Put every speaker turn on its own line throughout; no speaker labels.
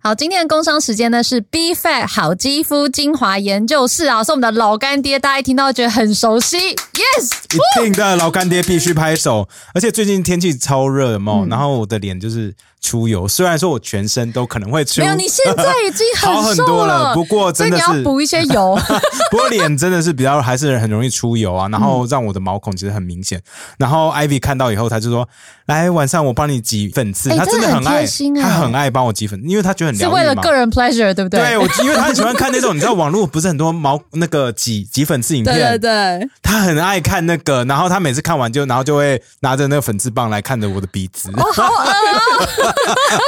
好，今天的工商时间呢是 B Fat 好肌肤精华研究室啊，是我们的老干爹，大家一听到觉得很熟悉，Yes，
一定的，老干爹必须拍手。而且最近天气超热，有没
嗯
有然后我的脸就是出油，虽然说我全身都可能会出，
没有，你现在已经
好很
瘦
多了不过
所以
真的
你要
是
补一些油。
不过脸真的是比较还是很容易出油
嗯
啊，然后让我的毛孔其实很明显。然后 Ivy 看到以后，他就说：“来，晚上我帮你挤粉刺。
哎
他
真的
的很
很贴
爱，
心哎
他很爱帮我挤粉，因为他觉得很
是
疗
为
愈
了
嘛。
个人 pleasure，对不对？
对，我因为他很喜欢看那种，你知道网络不是很多毛那个挤挤粉刺影片，
对对对，
他很爱看那个，然后他每次看完就，然后就会拿着那个粉刺棒来看着我的鼻子。
哦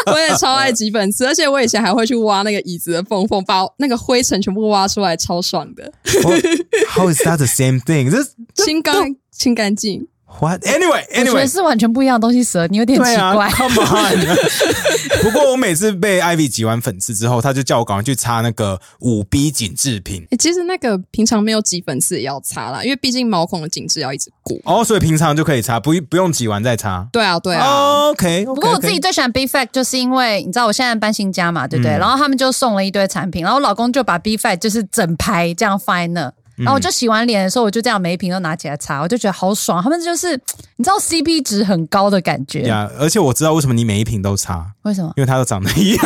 我也超爱挤粉刺，而且我以前还会去挖那个椅子的缝缝，把那个灰尘全部挖出来，超爽的，
我 How is that the same thing？这
清干清干净。
what anyway
我觉得
anyway。
是完全不一样的东西，蛇，你有点奇
对啊
怪。
，Come on！不过我每次被 Ivy 挤完粉刺之后，他就叫我赶快去擦那个五 B 紧致品。
欸其实那个平常没有挤粉刺也要擦啦，因为毕竟毛孔的紧致要一直顾。
哦，所以平常就可以擦，不不用挤完再擦。哦
对啊，对啊。
o k
不过我自己最喜欢 B Fact，就是因为你知道我现在搬新家嘛，对不对？
嗯
然后他们就送了一堆产品，然后我老公就把 B Fact 就是整排这样放在那，
嗯
然后我就洗完脸的时候，我就这样每一瓶都拿起来擦，我就觉得好爽。他们就是你知道 CP 值很高的感觉，
呀而且我知道为什么你每一瓶都擦，？
为什么
因为它都长得一样。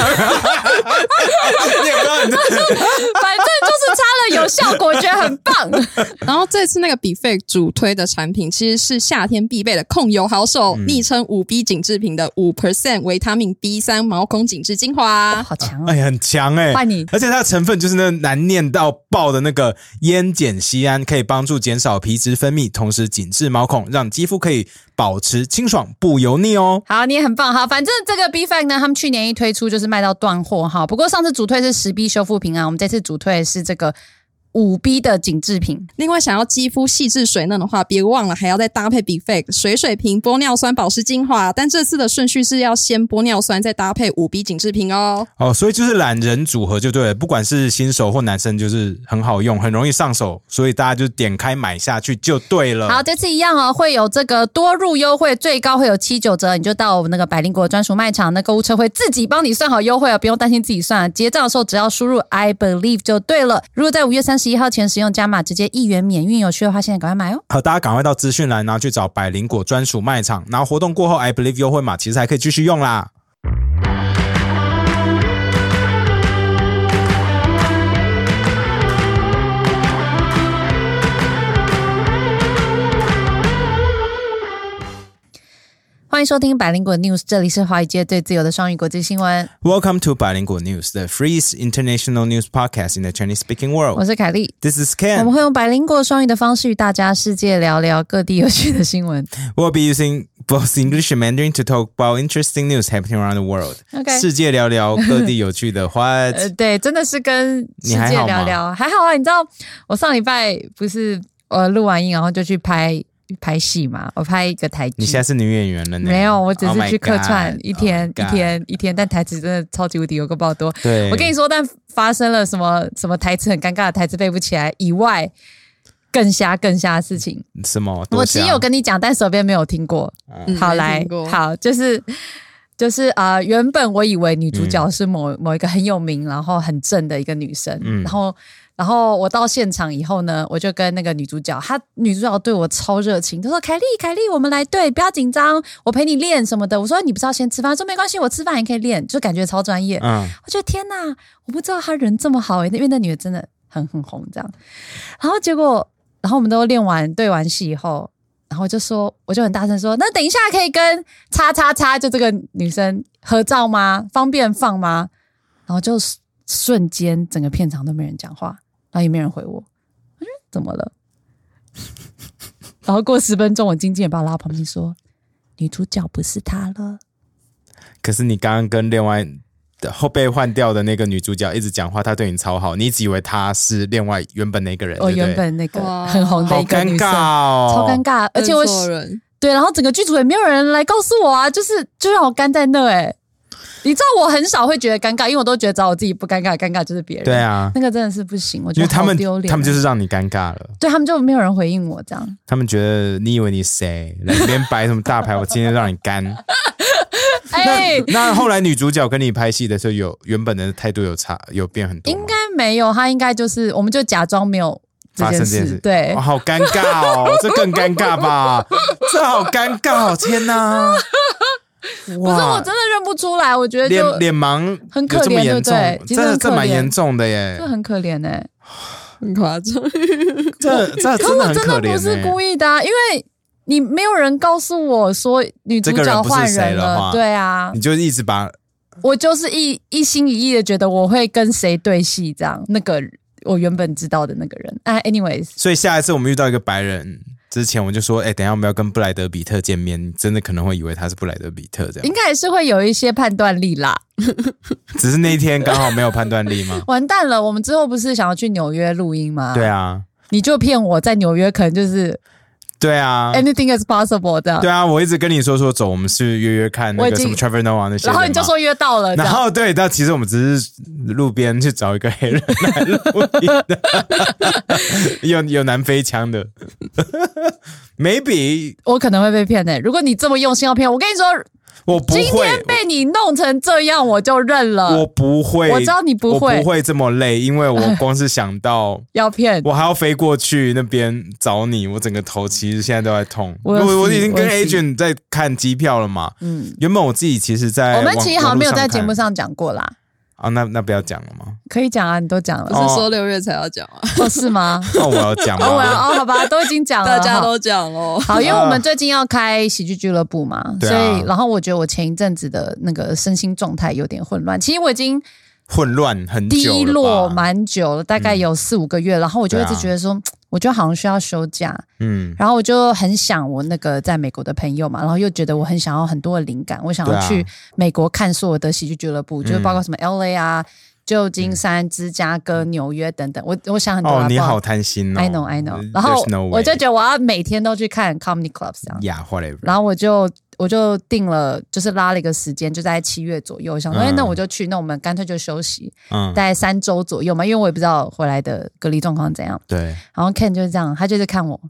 你也不知道你这
反正就是擦了有效果，觉得很 棒。
然后这次那个比费主推的产品其实是夏天必备的控油好手，昵称五 B 紧致品的五 percent 维他命 B 三毛孔紧致精华。
好强啊！
哎，很强哎、
换你
而且它的成分就是那难念到爆的那个烟碱酰胺，可以帮助减少皮脂分泌，同时紧致毛孔，让肌肤可以保持清爽不油腻哦。
好，你也很棒。好，反正这个 B Fact 呢，他们去年一推出就是卖到断货哈。不过上次主推是十 B 修复瓶啊，我们这次主推的是这个五 B 的紧致瓶。
另外，想要肌肤细致水嫩的话，别忘了还要再搭配比费水水瓶玻尿酸保湿精华。但这次的顺序是要先玻尿酸，再搭配五 B 紧致瓶哦。
哦，所以就是懒人组合就对了，不管是新手或男生，就是很好用，很容易上手，所以大家就点开买下去就对了。
好，这次一样哦，会有这个多入优惠，最高会有七九折，你就到我们那个百灵果专属卖场，那购物车会自己帮你算好优惠哦，不用担心自己算啊。结账的时候只要输入 I believe 就对了。如果在五月三十一号前使用加码，直接一元免运，有需要的话现在赶快买哦。
好，大家赶快到资讯栏，然后去找百灵果专属卖场，然后活动过后，I believe 优惠码其实还可以继续用啦。
欢迎收听百灵果 News，这里是华尔街最自由的双语国际新闻，
Welcome to 百灵果 News, the freest international news podcast in the Chinese-speaking
我
world.
是凯莉。
This is
我
Ken.
们会用百灵果双语的方式与大家世界聊聊各地有趣的新闻。
We'll be using both English and Mandarin to talk about interesting news happening around the world.
OK
世界聊聊各地有趣的 what？
呃，对，真的是跟世
你还
界
好
聊
吗
聊，还好啊。你知道我上礼拜不是呃录完音，然后就去拍拍戏嘛，我拍一个台剧。
你现在是女演员了呢？
没有，我只
Oh
是
my
去客串、
God,
一天、
oh my
一
God。
天一天，但台词真的超级无敌有个爆多。
对，
我跟你说，但发生了什么什么台词很尴尬的台词背不起来以外，更瞎更瞎的事情。
什么？
我
多
其实
香
有跟你讲，但手边没有听过。
嗯
好
没
来
听过，
好就是就是啊、呃原本我以为女主角是某、某一个很有名，然后很正的一个女生，
嗯
然后然后我到现场以后呢，我就跟那个女主角，她女主角对我超热情，她说：“凯莉，凯莉，我们来对，不要紧张，我陪你练什么的。”我说：“你不是要先吃饭？”她说：“没关系，我吃饭也可以练。”就感觉超专业。
嗯，
我觉得天哪，我不知道她人这么好、欸，因为那女的真的很很红这样。然后结果，然后我们都练完对完戏以后，然后就说，我就很大声说，那等一下可以跟叉叉叉就这个女生合照吗？方便放吗？然后就瞬间整个片场都没人讲话，然后也没人回我，我说怎么了？ 然后过十分钟，我经纪人把我拉到旁边说：“女主角不是她了。”
可是你刚刚跟另外的后被换掉的那个女主角一直讲话，她对你超好，你一直以为她是另外原本那个人，
我
对不对
哦原本那个
哇
很红的
好
一个
尴
女生，
尬哦，
超尴尬，而且我
认错人
对，然后整个剧组也没有人来告诉我啊，就是就让我干在那哎、你知道我很少会觉得尴尬，因为我都觉得找我自己不尴尬，尴尬就是别人。
对， 啊，
那个真的是不行，我觉
因
得
为他们
好丢脸啊。
他们就是让你尴尬了，
对他们就没有人回应我这样，
他们觉得你以为你谁 来这边摆什么大牌，我今天让你干。
哎、
那后来女主角跟你拍戏的时候，有原本的态度有差，有变很多吗
应该没有，他应该就是我们就假装没有
发生
件
这件事，
对
哇，好尴 尬哦，这更尴尬吧？这好尴尬哦，天哪！
不是我
哇
真，的认不出来，我觉得
脸
就
脸盲
很可
有这么
怜
严重
对不对其实
这
很可
这蛮
怜
严重的耶
就，很可怜哎、
很夸张。
这这
可
真
我
的很
真
可
的
怜
不是故
耶。
意的、啊，因为你没有人告诉我说女主
这个人
角
不是
换
谁
人
了
了，
嘛
对啊
你，就一直把
我就是一一心一意的觉得我会跟谁对戏，这样那个我原本知道的那个人。哎，anyways，
所以下一次我们遇到一个白人之前，我就说，哎、等一下我们要跟布莱德比特见面，你真的可能会以为他是布莱德比特这
应
样。
该也是会有一些判断力啦。？
只是那一天刚好没有判断力吗
完蛋了，我们之后不是想要去纽约录音吗？
对，啊，
你就骗我在纽约，可能就是
对啊，
anything is possible 这样
对，啊，我一直跟你说说走，我们是约约看那
我已
个什
经
么 Trevor Noah 那些的嘛，
然后你就说约到了，这
然
样
后对，但其实我们只是路边去找一个黑人来录音的， 有有南非腔的 ，maybe
我可能会被骗的、欸如果你这么用心要骗我，我跟你说，
我不
今
会
天，被你弄成这样，我就认
我我
了。
不会，
我知道你不
我
会
不会这么累，因为我光是想到
要骗
我还要飞过去那边找你，我整个头其实现在都在痛，
我有
我我
洗
已经跟
我有洗
agent 在看机票了嘛，
嗯，
原本我自己其实在
我们
网
其实好像没有
哎网
在
络看
节目上讲过啦，
啊，那那不要讲了吗？
可以讲啊，你都讲
不
哦
了，
是说六月才要讲啊，
哦是吗？
那我要讲 吗？
哦，我要哦，好吧，都已经讲了，
大家
好
都讲哦。
好，因为我们最近要开喜剧俱乐部嘛，
对
所
啊
以然后我觉得我前一阵子的那个身心状态有点混乱，其实我已经
混乱很久了吧
低落蛮久了，大概有四五个月，然后我就一直
对啊
觉得说，我觉得好像需要休假，
嗯，
然后我就很想我那个在美国的朋友嘛，然后又觉得我很想要很多的灵感，我想
对
要
啊
去美国看所有的喜剧俱乐部，就是
嗯
包括什么 L A 啊、旧金山、芝加哥、纽约等等。我我想很多啦
嗯哦，你
不
好贪心哦
I know I know。然后
There's no way
我就觉得我要每天都去看 comedy clubs 这样，
yeah whatever，
然后我就我就定了，就是拉了一个时间，就在七月左右，想说，哎、
嗯
那我就去，那我们干脆就休息，
嗯
大，概三周左右嘛，因为我也不知道回来的隔离状况怎样。
对，
然后 Ken 就是这样，他就是看我，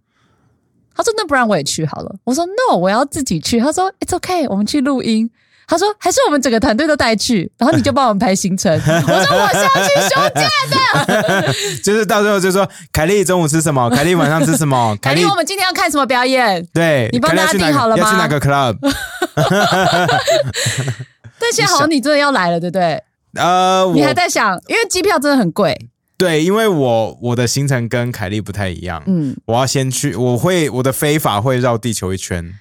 他说那不然我也去好了。我说 No，我要自己去。他说 It's okay，我们去录音。他说还是我们整个团队都带去，然后你就帮我们排 行程。我说我是要去休假，
就是到最后就说凯莉中午吃什么，凯莉晚上吃什么，
凯
莉
莉，我们今天要看什么表演？
对，
你帮
凯莉要
大家
去
订
哪个
好了吗
要去哪个 club？
但幸好你真的要来了，对不对？
呃，
你还
我
在想，因为机票真的很贵。
对，因为我我的行程跟凯莉不太一样，
嗯，
我要先去，我会我的飞法会绕地球一圈，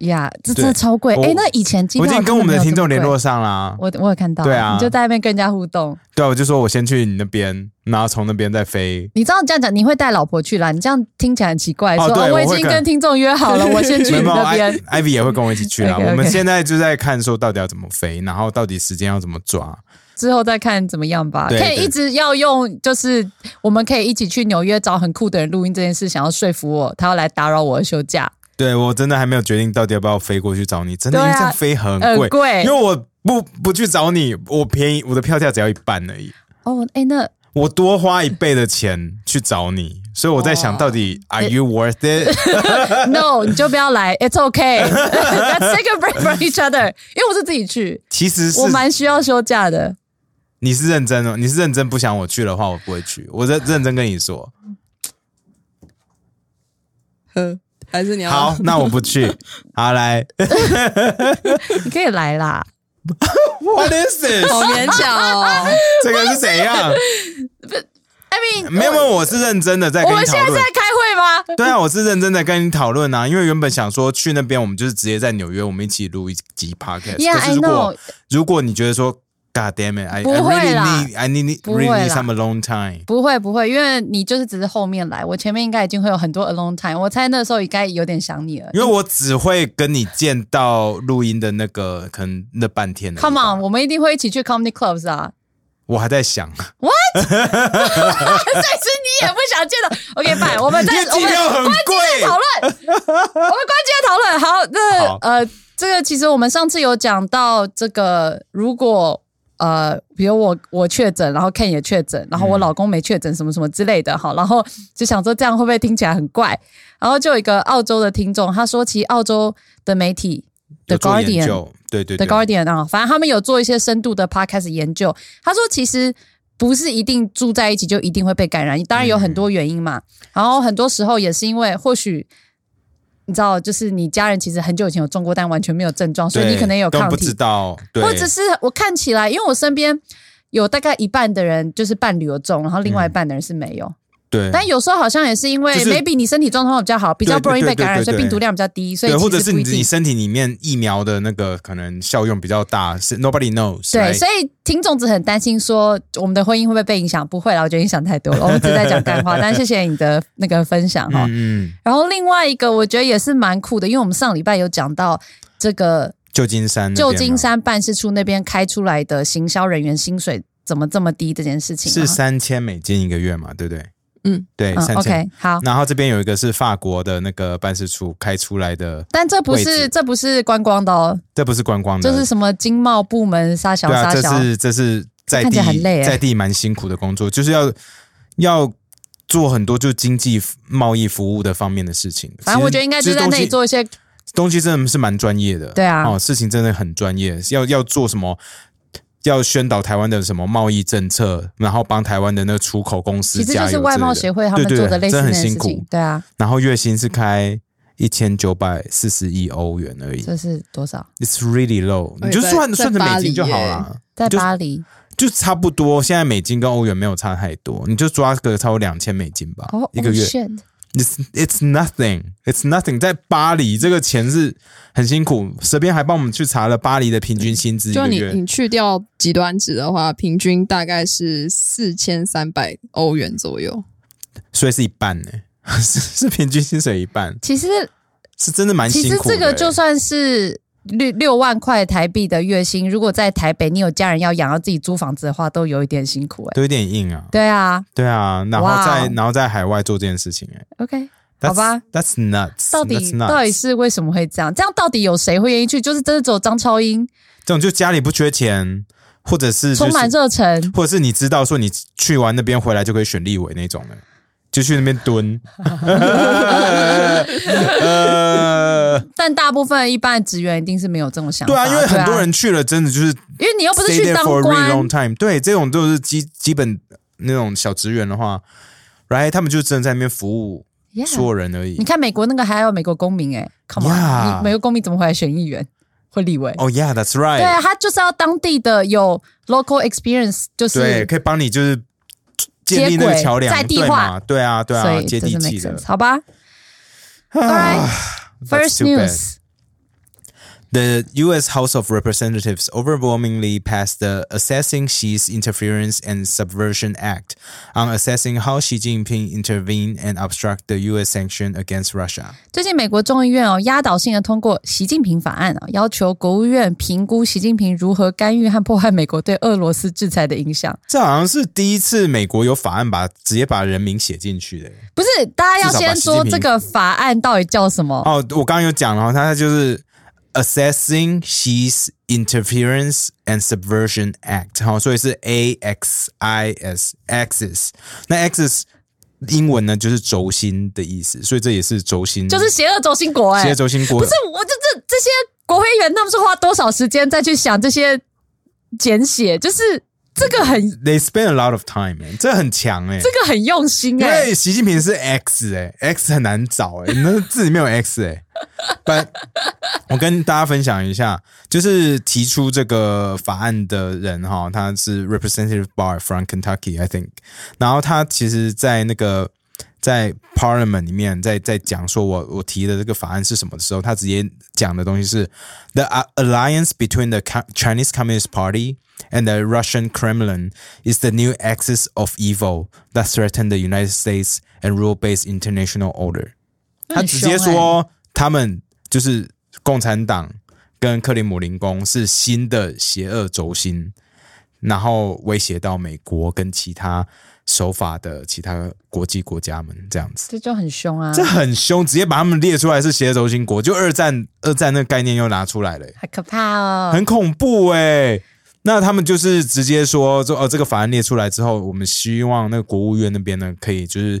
呀，这
对
真的超贵。
我
哎，那以前机
我
票
已经跟我们的听众联
真没有
络上啦，
这么贵，我我有看到，
对啊
你就在那边跟人家互动。
对，我就说我先去你那边，然后从那边再飞。
你知道这样讲，你会带老婆去啦？你这样听起来很奇怪，
哦
说、
对
哦、我已
我会
经
跟
跟听众约好 了，我先去
没哎
你
有
那边。
艾比也会跟我一起去 啦。
OK，OK
我们现在就在看说到底要怎么飞，然后到底时间要怎么抓。
之后再看怎么样吧。
对
可以
对
一直要用，就是我们可以一起去纽约找很酷的人录音这件事，想要说服我，他要来打扰我的休 假，
对我真的还没有决定到底要不要飞过去找你，真的、
对啊
因为这样飞很
很
贵，
贵
因为我不不去找你，我便宜我的票价只要一半而已，
哦。哎，那
我多花一倍的钱去找你，所以我在想到底
哦
Are you worth it？
no，你就不要来，It's okay。Let's take a break from each other。因为我是自己去，
其实是
我蛮需要休假的。
你是认真的，哦你是认真不想我去的话，我不会去，我认认真跟你说，
呵还是你
哦
要
好，那我 不去，好来
你可以来啦，
，What is this？
好勉强 哦。
这个是怎样？
艾米，
没有，没有，我是认真的在
我
跟你
们现
讨
在是
论
在。开会吗？
对啊，我是认真的跟你讨论啊，因为原本想说去那边，我们就是直接在纽约，我们一起录一集 podcast。
Yeah,
可是如
I
果
know.
如果你觉得说 God damn it, I, I
不会
really
啦
need I need
不会
really
啦
need some alone time。
不会不会，因为你就是只是后面来，我前面应该已经会有很多 alone time，我猜那时候应该有点想你了。
因为我只会跟你见到录音的那个，可能那半天而已吧。
Come on，我们一定会一起去 comedy clubs 啊！
我还在想，
所以是你也不想见到。OK，拜，我们
因
再
为
我
机
们
票很贵。
讨论，我们关键讨论。好，那
好
呃，这个其实我们上次有讲到，这个如果呃，比如我我确诊，然后 Ken 也确诊，然后我
嗯
老公没确诊，什么什么之类的哈，然后就想说这样会不会听起来很怪？然后就有一个澳洲的听众，他说其实澳洲的媒体 The
有做研
Guardian
究，对对
The
对
Guardian 啊，反正他们有做一些深度的 podcast 研究。他说，其实不是一定住在一起就一定会被感染，当然有很
嗯
多原因嘛。然后很多时候也是因为，或许你知道，就是你家人其实很久以前有中过，但完全没有症状，所以
对
你可能也有
根
抗
本不知
体，
道，对，
或者是我看起来，因为我身边。有大概一半的人就是伴侣有中，然后另外一半的人是没有。
嗯对，
但有时候好像也是因为、
就是
maybe 你身体状况比较好，比较不容易被感染，
对对对对对
所以病毒量比较低，所以
对，
其
或
实
者是
不
你
一
自己
定。
身体里面疫苗的那个可能效用比较大，是 nobody knows，
对，
right？
所以听众只很担心说我们的婚姻会不会被影响？不会啦，我觉得影响太多了，我们只是在 讲干话。但谢谢你的那个分享哈。
嗯嗯，
然后另外一个我觉得也是蛮酷的，因为我们上礼拜有讲到这个
旧金山那边
旧
嘛，
金山办事处那边开出来的行销人员薪水怎么这么低这件事情嘛。
是三千美金一个月嘛，对不对？
嗯，
对，
啊嗯
三千。
，OK，好。
然后这边有一个是法国的那个办事处开出来的，
但这不
位
是
置
这不是观光的哦，
这不是观光的，
这是什么经贸部门杀小
嗯对啊，
杀
这
小，
是这是在
看
地
起来很累欸
在地蛮辛苦的工作，就是要要做很多就经济贸易服务的方面的事情。
反正我觉得应该就在那里做
做。
一些
东西真的是蛮专业的，
对啊
哦，事情真的很专业，要要做什么，要宣导台湾的什么贸易政策，然后帮台湾的那个出口公司
其实
加
就
油之
是
类的，
外贸协会他们
对
做
对
的类似
真的
的
很
事
辛
情
苦，，
对啊，
然后月薪是开一千九百四十一欧元而已
这是多少？
，It's really low，
哎
你就
在
算
在
算成
巴
美
黎
金就好
耶
啦，
在
就是
巴黎
就差不多。现在美金跟欧元没有差太多，你就抓个超过两千美金吧，
哦，
一个月。
哦，shit
It's it's nothing, it's nothing。在巴黎，这个钱是很辛苦。蛇边还帮我们去查了巴黎的平均薪资一
就
个
你
月，
你去掉极端值的话，平均大概是四千三百欧元左右。
所以是一半呢、 是是平均薪水一半，
其实
是真的蛮
其
辛
实
苦的、欸
这个就算是六六万块台币的月薪，如果在台北你有家人要养，要自己租房子的话，都有一点辛苦哎、
都有点硬啊。
对啊
对啊，然后
哇
在然后在海外做这件事情、欸，
，OK，
哎，
好吧
，That's nuts，
到
that's
底
nuts
到底是为什么会这样？这样到底有谁会愿意去？就是真的只有张超英
这种就家里不缺钱，或者是、就是、
充满热忱，
或者是你知道说你去完那边回来就可以选立委那种的，就去那边 蹲。呃，
但大部分一般职员一定是没有这种想法。
对啊，因为很多人去了，真的就是
因为你啊哦又不是
stay
去
there
当
for a really
官
long，time。对，这种都是基基本那种小职员的话，然后他们就真的在那边服务
Yeah
所有人而已
你。看美国那个还有美国公民哎、欸、，Come on，、
Yeah
你美国公民怎么会来选议员或立委？
哦、y e a h that's
对
right
啊，他就是要当地的有 local experience，就是
对，可以帮你就是建立那个桥梁，
接轨在地
对
化
嘛？对啊，对
所
啊，
以
接
这是
地
make
气的
sense，。好吧？Alright,
that's
first
too bad.
news.
The U.S. House of Representatives overwhelmingly passed the Assessing Xi's Interference and Subversion Act on assessing how Xi Jinping intervened and obstruct the U.S. sanction against Russia.
最近，美国众议院哦压倒性的通过《习近平法案》啊，要求国务院评估习近平如何干预和破坏美国对俄罗斯制裁的影响。
这好像是第一次美国有法案把直接把人名写进去的。
不是，大家要
至少把
先
习
说
近
这
平
个法案到底叫什么？
哦，我刚刚有讲了，它就是。Assessing Xi's Interference and Subversion Act，好，所以是 A X I S axis。那 axis 英文呢就是轴心的意思，所以这也是轴心，
就是邪恶轴心国哎、
邪轴心国
不是，我这这这些国会议员他们是花多少时间再去想这些简写，就是这个很
They spend a lot of time，、欸、这很强哎、
这个很用心
因
哎、
为习近平是 X 哎、x 很难找哎、你 那字里面有 X 哎、但我跟大家分享一下，就是提出这个法案的人哈，他是 Representative Barr from Kentucky，I think。然后他其实，在那个在 Parliament 里面，在在讲说我我提的这个法案是什么的时候，他直接讲的东西是 The alliance between the Co- Chinese Communist Party and the Russian Kremlin is the new axis of evil that threaten the United States and rule-based international order。他直接
很凶欸
说他们就是共产党跟克里姆林宫是新的邪恶轴心。然后威胁到美国跟其他守法的其他国际国家们这样子。
这就很凶啊
这！很凶，直接把他们列出来是邪轴心国，就二战二战那个概念又拿出来了、
好可怕哦！
很恐怖哎、那他们就是直接说，说哦，这个法案列出来之后，我们希望那个国务院那边呢，可以就是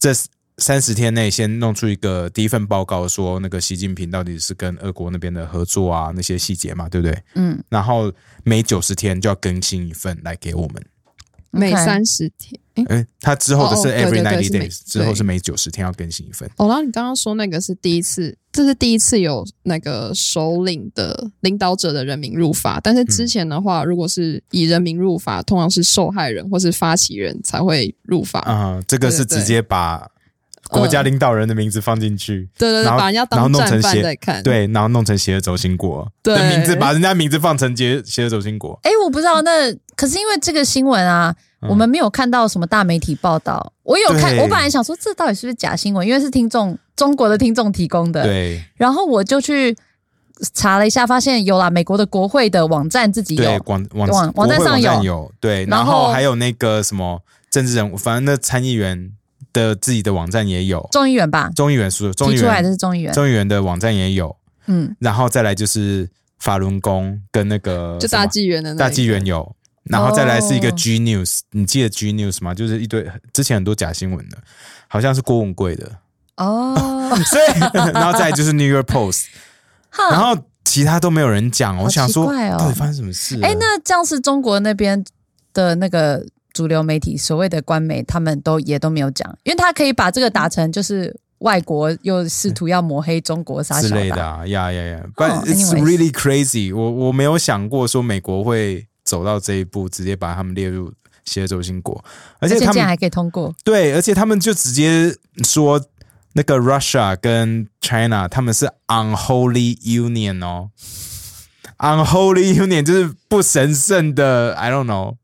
这三十天内先弄出一个第一份报告，说那个习近平到底是跟俄国那边的合作啊，那些细节嘛，对不对？
嗯，
然后每九十天就要更新一份来给我们。
每
OK
三十天。诶
哎，他之后的
哦哦
是
对
every
对对
ninety
是每
days，之后是
对
每九十天要更新一份。
哦，然后你刚刚说那个是第一次，这是第一次有那个首领的领导者的人民入法，但是
嗯
之前的话，如果是以人民入法，通常是受害人或是发起人才会入法。
啊、这个是
对对
直接把国家领导人的名字放进去，
对对
然
对，
后
呃把人家
然后
当
弄
战
成
犯
邪
在看。，
对，然后弄成邪恶轴心国
对
的名字，把人家名字放成邪邪恶轴心国。
哎，我不知道那，可是因为这个新闻啊，
嗯
我们没有看到什么大媒体报道。我有看，
对
我本来想说这到底是不是假新闻，因为是听众中国的听众提供的。
对
然后我就去查了一下，发现有啦，美国的国会的网站自己
对，
有。
网网
网
国
网
会
站上
网站
有
有对，
然
然后
后
还有那个什么政治人物，反正那参议员的自己的网站也有，
众议员吧，
众议员是众
提
议
出来的
员
是众议员。
众议员的网站也有，
嗯，
然后再来就是法轮功跟那个
就
什么
大纪元的那
大
一
纪
个
元有，然后再来是一个
哦
G News，、你记得 G News 吗？就是一堆之前很多假新闻的，好像是郭文贵 的，
哦，
所以然后再来就是 New York Post，
哈
然后其他都没有人讲，我
好
想
奇
说、
怪哦
到底发生什么事啊了？
哎、那这样是中国那边的那个主流媒体，所谓的官媒，他们都也都没有讲，因为他可以把这个打成就是外国又试图要抹黑中国啥
之
小
类
的
的
啊。
啊，呀呀呀！But it's
anyways
really crazy，我我没有想过说美国会走到这一步，直接把他们列入邪恶轴心国，而
而
且
且
他
这样
们
还可以通过，
对，而且他们就直接说那个 Russia 跟 China 他们是 unholy union 哦，unholy union 就是不神圣的，I don't know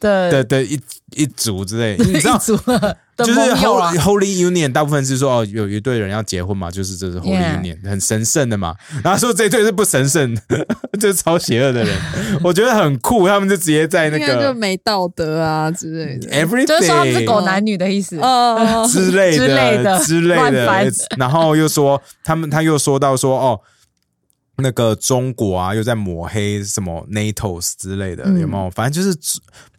对
的的一一组之 类，你知道
一。组了的
就是
盟友
Holy、
啊，
Holy Union，大部分是说哦，有一对人要结婚嘛，就是这是 Holy
Yeah
Union，很神圣的嘛。然后说这对是不神圣， 就是超邪恶的人，我觉得很酷。他们就直接在那
应该就
个
没道德啊之类的。
everything，
就是说他们是狗男女的意
嗯
思。
哦，
之类
之类
的
的
之类的
乱翻
It's- 然后又说他们，他又说到说哦，那个中国啊，又在抹黑什么 NATO 之类的，
嗯
有没有？反正就是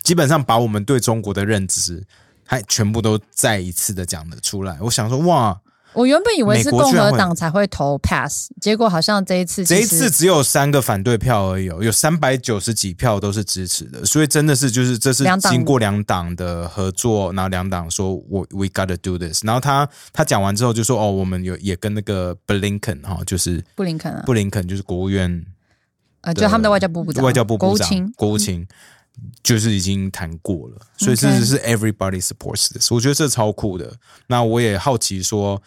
基本上把我们对中国的认知，还全部都再一次的讲的出来。我想说，哇，
我原本以为是
美国
共
居然会
和党才会投 pass，结果好像这一次
这
其
一
实
次只有三个反对票而已哦，有三百九十几票都是支持的，所以真的是就是这是
两党
经过两党的合作，然后两党说我 we gotta do this，然后他他讲完之后就说哦，我们有也跟那个 Blinken 哈、就是
布林肯啊，
布林肯就是国务院
呃，就他们的外交部部长、
外交部
国
部
务
长
卿，
国务卿就是已经谈过了，所以这
OK
是 everybody supports this，我觉得这超酷的。那我也好奇说，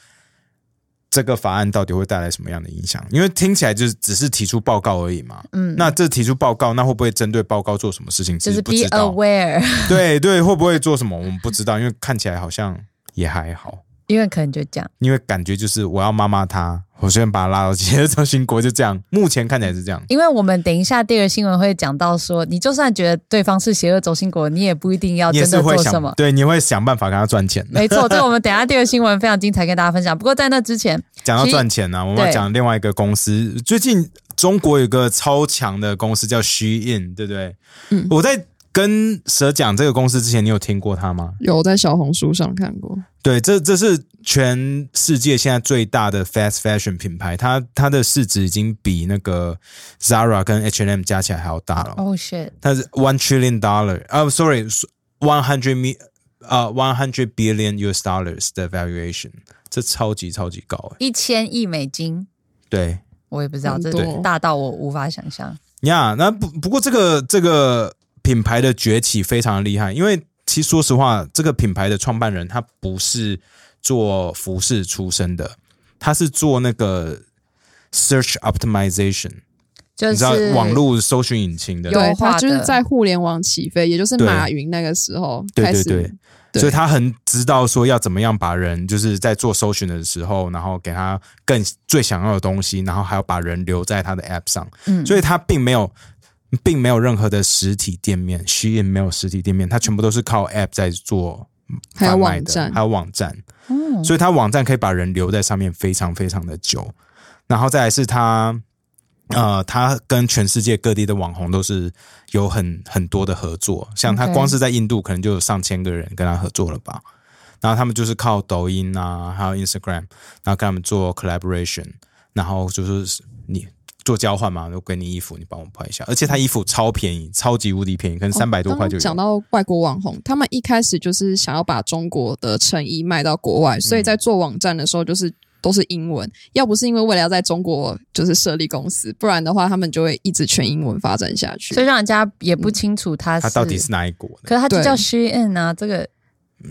这个法案到底会带来什么样的影响？因为听起来就是只是提出报告而已嘛。嗯，那这提出报告，那会不会针对报告做什么事情？
就
其
是 E
实不
be
知道。
aware，
对对，会不会做什么？我们不知道，因为看起来好像也还好。
因为可能就这样。
因为感觉就是我要骂骂他，我先把他拉到邪恶中心国，就这样。目前看起来是这样。
因为我们等一下第二个新闻会讲到说，你就算觉得对方是邪恶轴心国，你也不一定要
你也
哦真
是
的
会
做
想
什么。
对，你会想办法跟他赚钱的。
没错，这个我们等一下第二个新闻非常精彩，跟大家分享。不过在那之 前，
讲到赚钱啊呢、我们要
对
讲另外一个公司。最近中国有个超强的公司叫 Shein，对不对？
嗯
我在跟蛇讲这个公司之前，你有听过它吗？
有我在小红书上看过，
对，这这是全世界现在最大的 fast fashion 品牌，它它的市值已经比那个 Zara 跟 H&M 加起来还要大了。
哦、shit，
它是 one trillion dollar，啊、s o r r y one hundred mi，呃，one hundred billion US dollars 的 valuation，这超级超级高哎。
一千亿美金，
对
我也不知道，
很
这
多
大到我无法想象。
呀那不不过这个这个品牌的崛起非常厉害，因为其实说实话，这个品牌的创办人他不是做服饰出身的，他是做那个 search optimization，、
就
你知道
呃是
网络搜寻引擎的
有
对，
画的
它就是在互联网起飞，也就是
对
马云那个时候
对
开始，
对对
对
所以他很知道说要怎么样把人就是在做搜寻的时候，然后给他更最想要的东西，然后还要把人留在他的 App 上。
嗯
所以他并没有并没有任何的实体店面，Shein 没有实体店面，它全部都是靠 App 在做
还有
贩卖
网
的
站哦
还，有网站。
嗯，
所以它网站可以把人留在上面非常非常的久。然后再来是它，呃，它跟全世界各地的网红都是有很很多的合作，像它
OK
光是在印度可能就有上千个人跟他合作了吧。然后他们就是靠抖音啊，还有 Instagram，然后跟他们做 collaboration，然后就是你做交换嘛，我给你衣服，你帮我拍一下。而且它衣服超便宜，超级无敌便宜，可能三百多块就有。
哦刚刚讲到外国网红，他们一开始就是想要把中国的成衣卖到国外，
嗯
所以在做网站的时候就是。都是英文，要不是因为为了要在中国就是设立公司，不然的话他们就会一直全英文发展下去
所。以让人家也不清楚他
它
是
到底是哪一国的？
可是他就
对
叫 Shein 啊，这个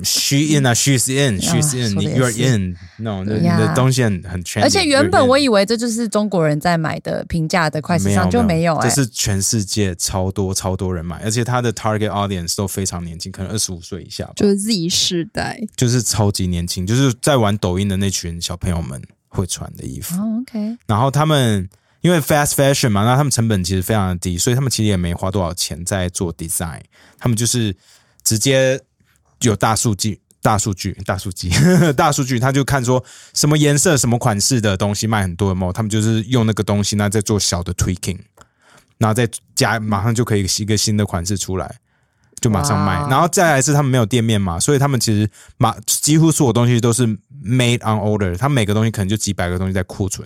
she in 啊，she's in，she's
嗯啊
in，
说
你
得也
you're
是
in，no，你
对
的
呀
东西很很全。
而且原本我
以
以为这就是中国人在买的平价的快时尚，就没有哎、
这是全世界超多超多人买，而且它的 target audience 都非常年轻，可能二十五岁以下吧，
就是 Z 世代，
就是超级年轻，就是在玩抖音的那群小朋友们会穿的衣服。
哦，OK，
然后他们因为 fast fashion 嘛，那他们成本其实非常的低，所以他们其实也没花多少钱在做 design，他们就是直接有大数据。大数据， 大数据，大数据，他就看说什么颜色、什么款式的东西卖很多嘛，他们就是用那个东西，那再做小的 tweaking，然后再加，马上就可以一个新的款式出来，就马上卖。
哇
然后再来是他们没有店面嘛，所以他们其实马几乎所有东西都是 made on order，他每个东西可能就几百个东西在库存，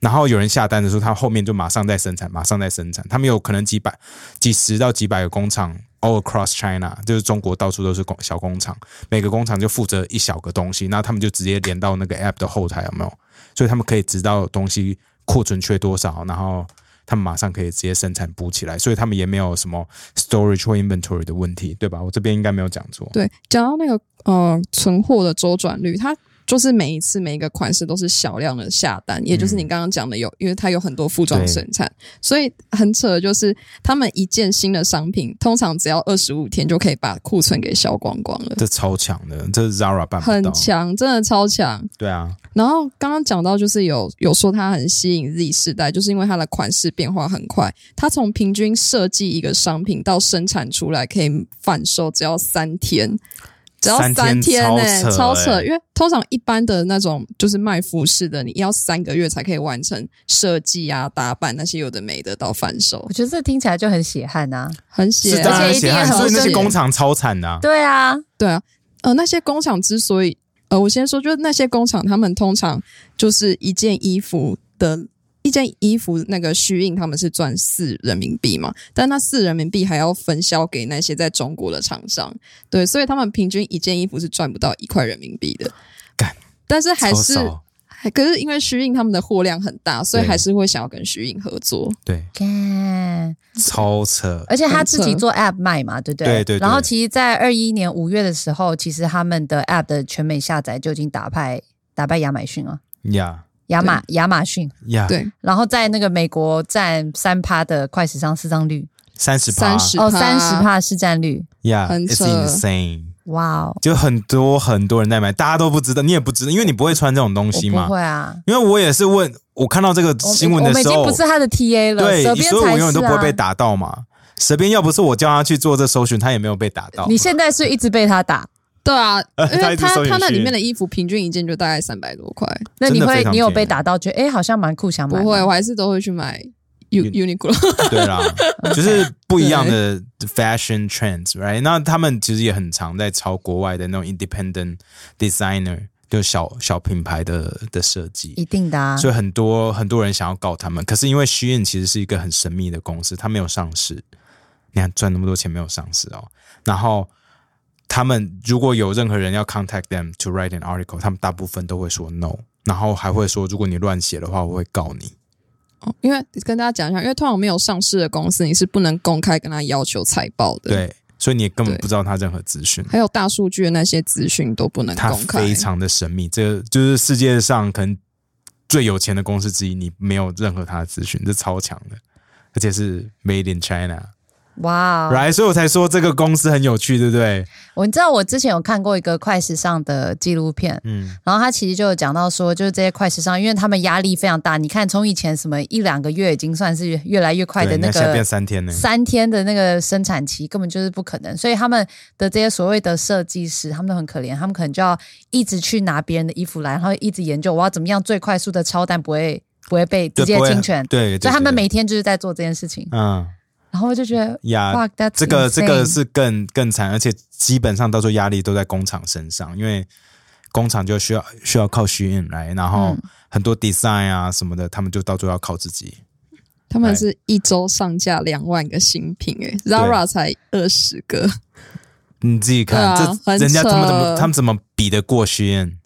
然后有人下单的时候，他后面就马上在生产，马上在生产。他们有可能几百、几十到几百个工厂，all across China，就是中国到处都是工小工厂，每个工厂就负责一小个东西，那他们就直接连到那个 app 的后台，有没有？所以他们可以知道东西库存缺多少，然后他们马上可以直接生产补起来，所以他们也没有什么 storage 或 inventory 的问题，对吧？我这边应该没有讲错。
对，讲到那个呃存货的周转率，它就是每一次每一个款式都是少量的下单，也就是你刚刚讲的有，因为它有很多服
嗯
装
对
生产，所以很扯的就是他们一件新的商品，通常只要二十五天就可以把库存给消光光了。
这超强的，这是 Zara 办不
很
到。
强，真的超强。
对啊，
然后刚刚讲到，就是有有说它很吸引 Z 世代，就是因为它的款式变化很快。它从平均设计一个商品到生产出来可以贩售，只要三天，只要
三天
三天
超
呢、
扯
超扯。
欸
因为通常一般的那种就是卖服饰的，你要三个月才可以完成设计啊、打扮那些有的没的到贩售
我，觉得这听起来就很血汗啊。
很写
是当
而
然
且一定
血汗，
很
所以那些
多
工厂超惨的、啊。
对啊，
对啊，呃，那些工厂之所以，呃，我先说，就是那些工厂，他们通常就是一件衣服的一件衣服那个虚印，他们是赚四人民币嘛，但那四人民币还要分销给那些在中国的厂商，对，所以他们平均一件衣服是赚不到一块人民币的
干。
但是还
超
是，
少
还可是因为虚印他们的货量很大，所以
对
还是会想要跟虚印合作。
对，
干，
超扯，
呃
而且他自己做 App 卖嘛，对不对？
对对对
然后其实，在二一年五月的时候，其实他们的 App 的全美下载就已经打败打败亚马逊了，
呀
亚马亚马逊。
呀，
对，
然后在那个美国占三趴的快时尚市占率，
三十趴
三十
哦，三十趴市占率，
呀
很
，it's
扯
insane，
哇哦，
就很多很多人在买，大家都不知道，你也不知道，因为你不会穿这种东
我
西
不
嘛。
会啊，
因为我也是问，我看到这个
我
新闻
我
的
们已
时
经
候，
不是他的 TA 了，
对，
蛇
所
边
以我
才
永远
是
都不会被
啊。
打到嘛。蛇边要不是我叫他去做这搜寻，他也没有被打到。
你现在是一直被他打，
对啊，因
他一
为
直收
他
你
他那
虚
里
印
面的衣服平均一件就大概三百多块。
那你
真的非
会
常
你有
便宜
被打到，觉得哎、诶好像蛮酷，想买
不
吗。
会，我还是都会去买 U Uniqlo。
对啦，就是不一样的 fashion trends，right？那他们其实也很常在抄国外的那种 independent designer，就小小品牌的的设计。
一定的啊。
所以很多很多人想要告他们，可是因为虚印其实是一个很神秘的公司，它没有上市，你看赚那么多钱没有上市哦。然后他们如果有任何人要 contact them to write an article，他们大部分都会说 no，然后还会说如果你乱写的话，我会告你。
哦因为跟大家讲一下，因为通常没有上市的公司，你是不能公开跟他要求财报的。，
对，所以你也根本
对
不知道他任何资讯。
还有大数据的那些资讯都不能
它
公开
非。常的神秘，这就是世界上可能最有钱的公司之一，你没有任何它的资讯，这超强的，而且是 Made in China，
哇、哦
来，所以我才说这个公司很有趣，对不对？
我知道我之前有看过一个快时尚的纪录片，
嗯，
然后他其实就有讲到说，就是这些快时尚，因为他们压力非常大。你看，从以前什么一两个月已经算是越来越快的
对，
那
现在变
个
三天呢，
三天的那个生产期，根本就是不可能。所以他们的这些所谓的设计师，他们都很可怜，他们可能就要一直去拿别人的衣服来，然后一直研究我要怎么样最快速的超单，不会不会被直
对
接
不会啊
侵权。
对，对
所以他们
对
每天就是在做这件事情，
嗯
然后我就觉得
呀，
哇，that's
这个这
insane
个是更更惨，而且基本上到时候压力都在工厂身上，因为工厂就需要需要靠虚印来，然后
嗯
很多 design 啊什么的，他们就到最后要靠自己。
他们是一周上架两万个新品、欸，Zara 才二十个，
你自己看，
对啊
这
很
人家怎么怎么
扯
他们怎么比得过虚印？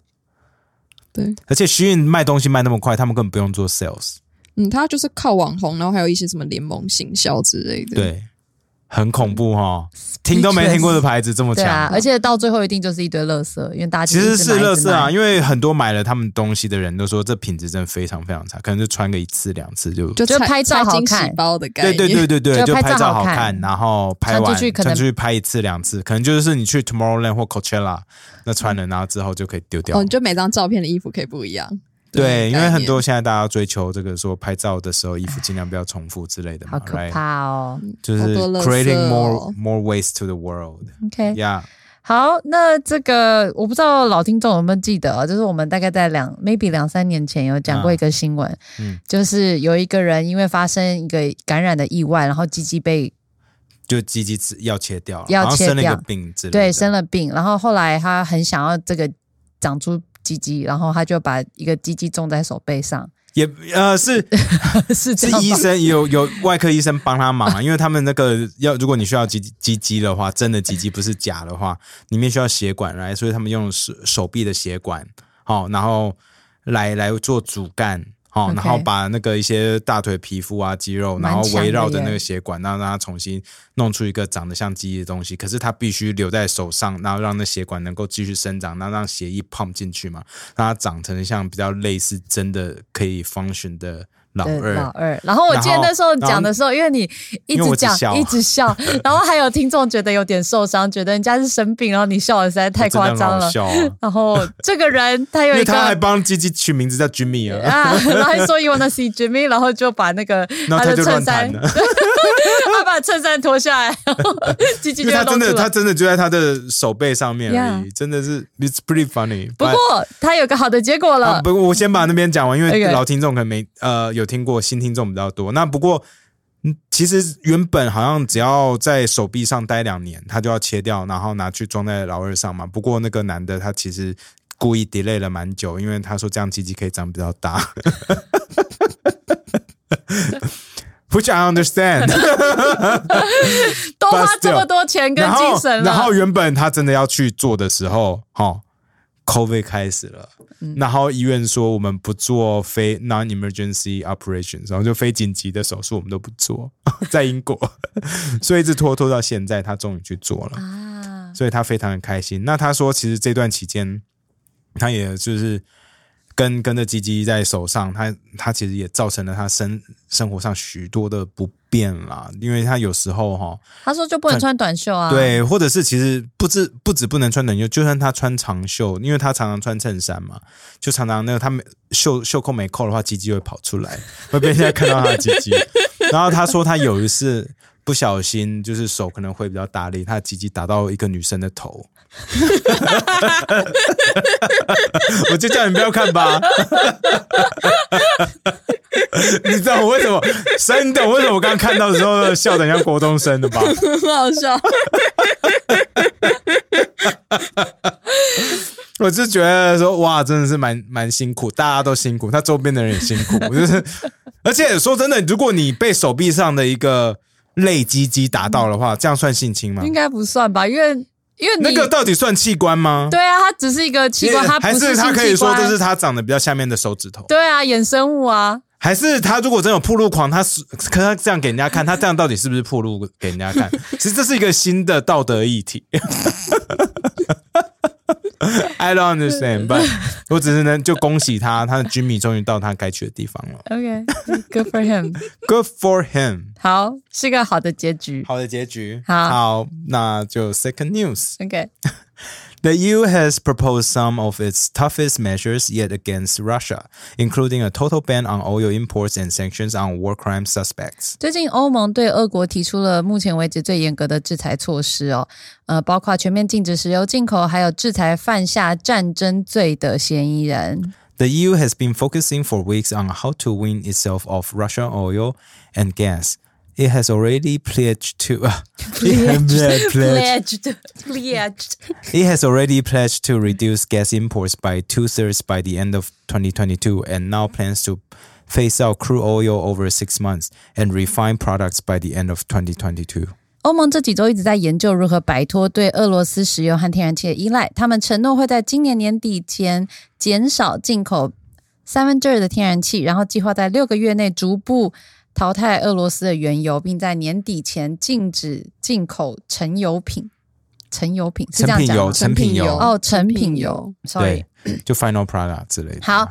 对，
而且虚印卖东西卖那么快，他们根本不用做 sales，
嗯，他就是靠网红，然后还有一些什么联盟行销之类的，，
对，
嗯
很恐怖哦，听都没听过的牌子这么
对
强，
啊，而且到最后一定就是一堆垃圾，因为大家
其
就
实
一直
是
买
乐
一直
色啊，
买
因为很多买了他们东西的人都说这品质真的非常非常差，可能就穿个一次两次就。
就
就
拆
拍照
拆
好
惊喜
看
包的概
对
念，
对对对对，
就
就
拍
拍
照
照
好
好
看
看，然后拍
穿
完
出去可能
穿出去拍一次两次，可能就是你去 Tomorrowland 或 Coachella 那穿
嗯
了，然后之后就可以丢掉
哦，。你就每张照片的衣服可以不一样，
对，因
概
为
念
很多现在大家追求这个说拍照的时候衣服尽量不要重复之类的嘛
好可
right？
怕哦。哎
就
好
是
多垃圾
creating more
哦
more waste to the world。
OK，
Yeah，
好，那这个我不知道老听众有没有记得、哦，就是我们大概在两 maybe 两三年前有讲过一个新闻，
嗯
就是有一个人因为发生一个感染的意外，然后鸡鸡被
就鸡鸡吃要切掉了，
要
然后
切
生了一个
掉
病之类的。
对生了病，然后后来他很想要这个长出鸡鸡，然后他就把一个鸡鸡种在手背上，
也呃是
是这
是
样
医
吗？
生有有外科医生帮他忙啊， 因为他们那个要，如果你需要鸡鸡鸡的话，真的鸡鸡不是假的话，里面需要血管来，所以他们用手手臂的血管，好、然后来来做主干，好、
OK
然后把那个一些大腿皮肤啊肌肉，
蛮
然后
强的
围绕着
耶
那个血管，然后让它重新弄出一个长得像鸡鸡的东西，可是它必须留在手上，然后让那血管能够继续生长，然后让血液 pump 进去嘛，让它长成像比较类似真的可以 function 的老
对
二。
老二，然后我记得
然后
那时候讲的时候，因为你一
因为我
直
一直
讲
笑
一直笑， 然后还有听众觉得有点受伤，觉得人家是生病，然后你笑的实在太夸张了
哦真。的 很好笑啊
然后这个人他
因
有一
为
个
他还帮鸡鸡取名字叫 Jimmy 啊，
啊，然后还说 you wanna see Jimmy，然后就把那个
然后他
的
就
衬
乱
衫
弹，了，
他把衬衫脱下来，然后鸡 鸡
因
就
为他
露
真
出
的他
来。
真的就在他的手背上面而
Yeah
已，真的是 It's pretty funny。
不过他有个好的结果
啊，
了，
不过我先把那边讲 完，因为
OK
老听众可能没呃有听过，新听众比较多。那不过。嗯其实原本好像只要在手臂上待两年，他就要切掉，然后拿去装在老二上嘛。不过那个男的他其实故意 delay 了蛮久，因为他说这样鸡鸡可以长比较大 ，which I understand。
都花这么多钱跟
然后
精神
然
了
后，原本他真的要去做的时候，哈、c o v i d 开始了，
嗯
然后医院说我们不做非 non-emergency operations，然后就非紧急的手术我们都不做， 在英国，所以一直拖拖到现在，他终于去做了。
啊，
所以他非常的开心。那他说，其实这段期间，他也就是跟跟着鸡鸡在手上，他他其实也造成了他生生活上许多的不便啦，因为他有时候哈、
他说就不能穿短袖啊，，
对，或者是其实不止不止不能穿短袖，就算他穿长袖，因为他常常穿衬衫嘛，就常常那个他没袖袖扣没扣的话，鸡鸡会跑出来， 会被人家看到他的鸡鸡。然后他说他有一次不小心，就是手可能会比较大力，他的鸡鸡打到一个女生的头。 我就叫你不要看吧， 你知道我为什么？真的，我为什么我刚看到的时候笑得像国中生的吧？
很好笑。
我就觉得说，哇，真的是蛮蛮辛苦，大家都辛苦，他周边的人也辛苦， 就是，而且说真的，如果你被手臂上的一个类鸡鸡打到的话，这样算性侵吗
应？该不算吧，因为因为你
那个到底算器官吗？
对啊，它只是一个器官，它不
还是
性器
他可以说
官
这是他长得比较下面的手指头，
对啊，衍生物啊，
还是他如果真有暴露狂，他是可他这样给人家看，他这样到底是不是暴露给人家看？其实这是一个新的道德议题。 I don't understand, but 我只是呢就恭喜他，他的 Jimmy 终于到他该去的地方了。
OK，good、for him。
Good for him，
好，是个好的结局。
好的结局。
好
那就 second news。
OK，
The EU has proposed some of its toughest measures yet against Russia, including a total ban on oil imports and sanctions on war crime suspects.
最近欧盟对俄国提出了目前为止最严格的制裁措施哦，呃，包括全面禁止石油进口，还有制裁犯下战争罪的嫌疑人。
The EU has been focusing for weeks on how to wean itself off Russian oil and gas. It has already pledged to It pledged-
pledged，pledged。
it has already pledged to reduce gas imports by two thirds by the end of 2022, and now plans to phase out crude oil over six months and refined products by the end of 2022.
欧盟这几周一直在研究如何摆脱对俄罗斯石油和天然气的依赖。他们承诺会在今年年底前减少进口三分之二的天然气，然后计划在六个月内逐步淘汰俄罗斯的原油，并在年底前禁止进口成油品。成油品是这样
成品
讲
油
吗
成品油
哦，成品油。Sorry，
对，就 Final Product 之类的。
好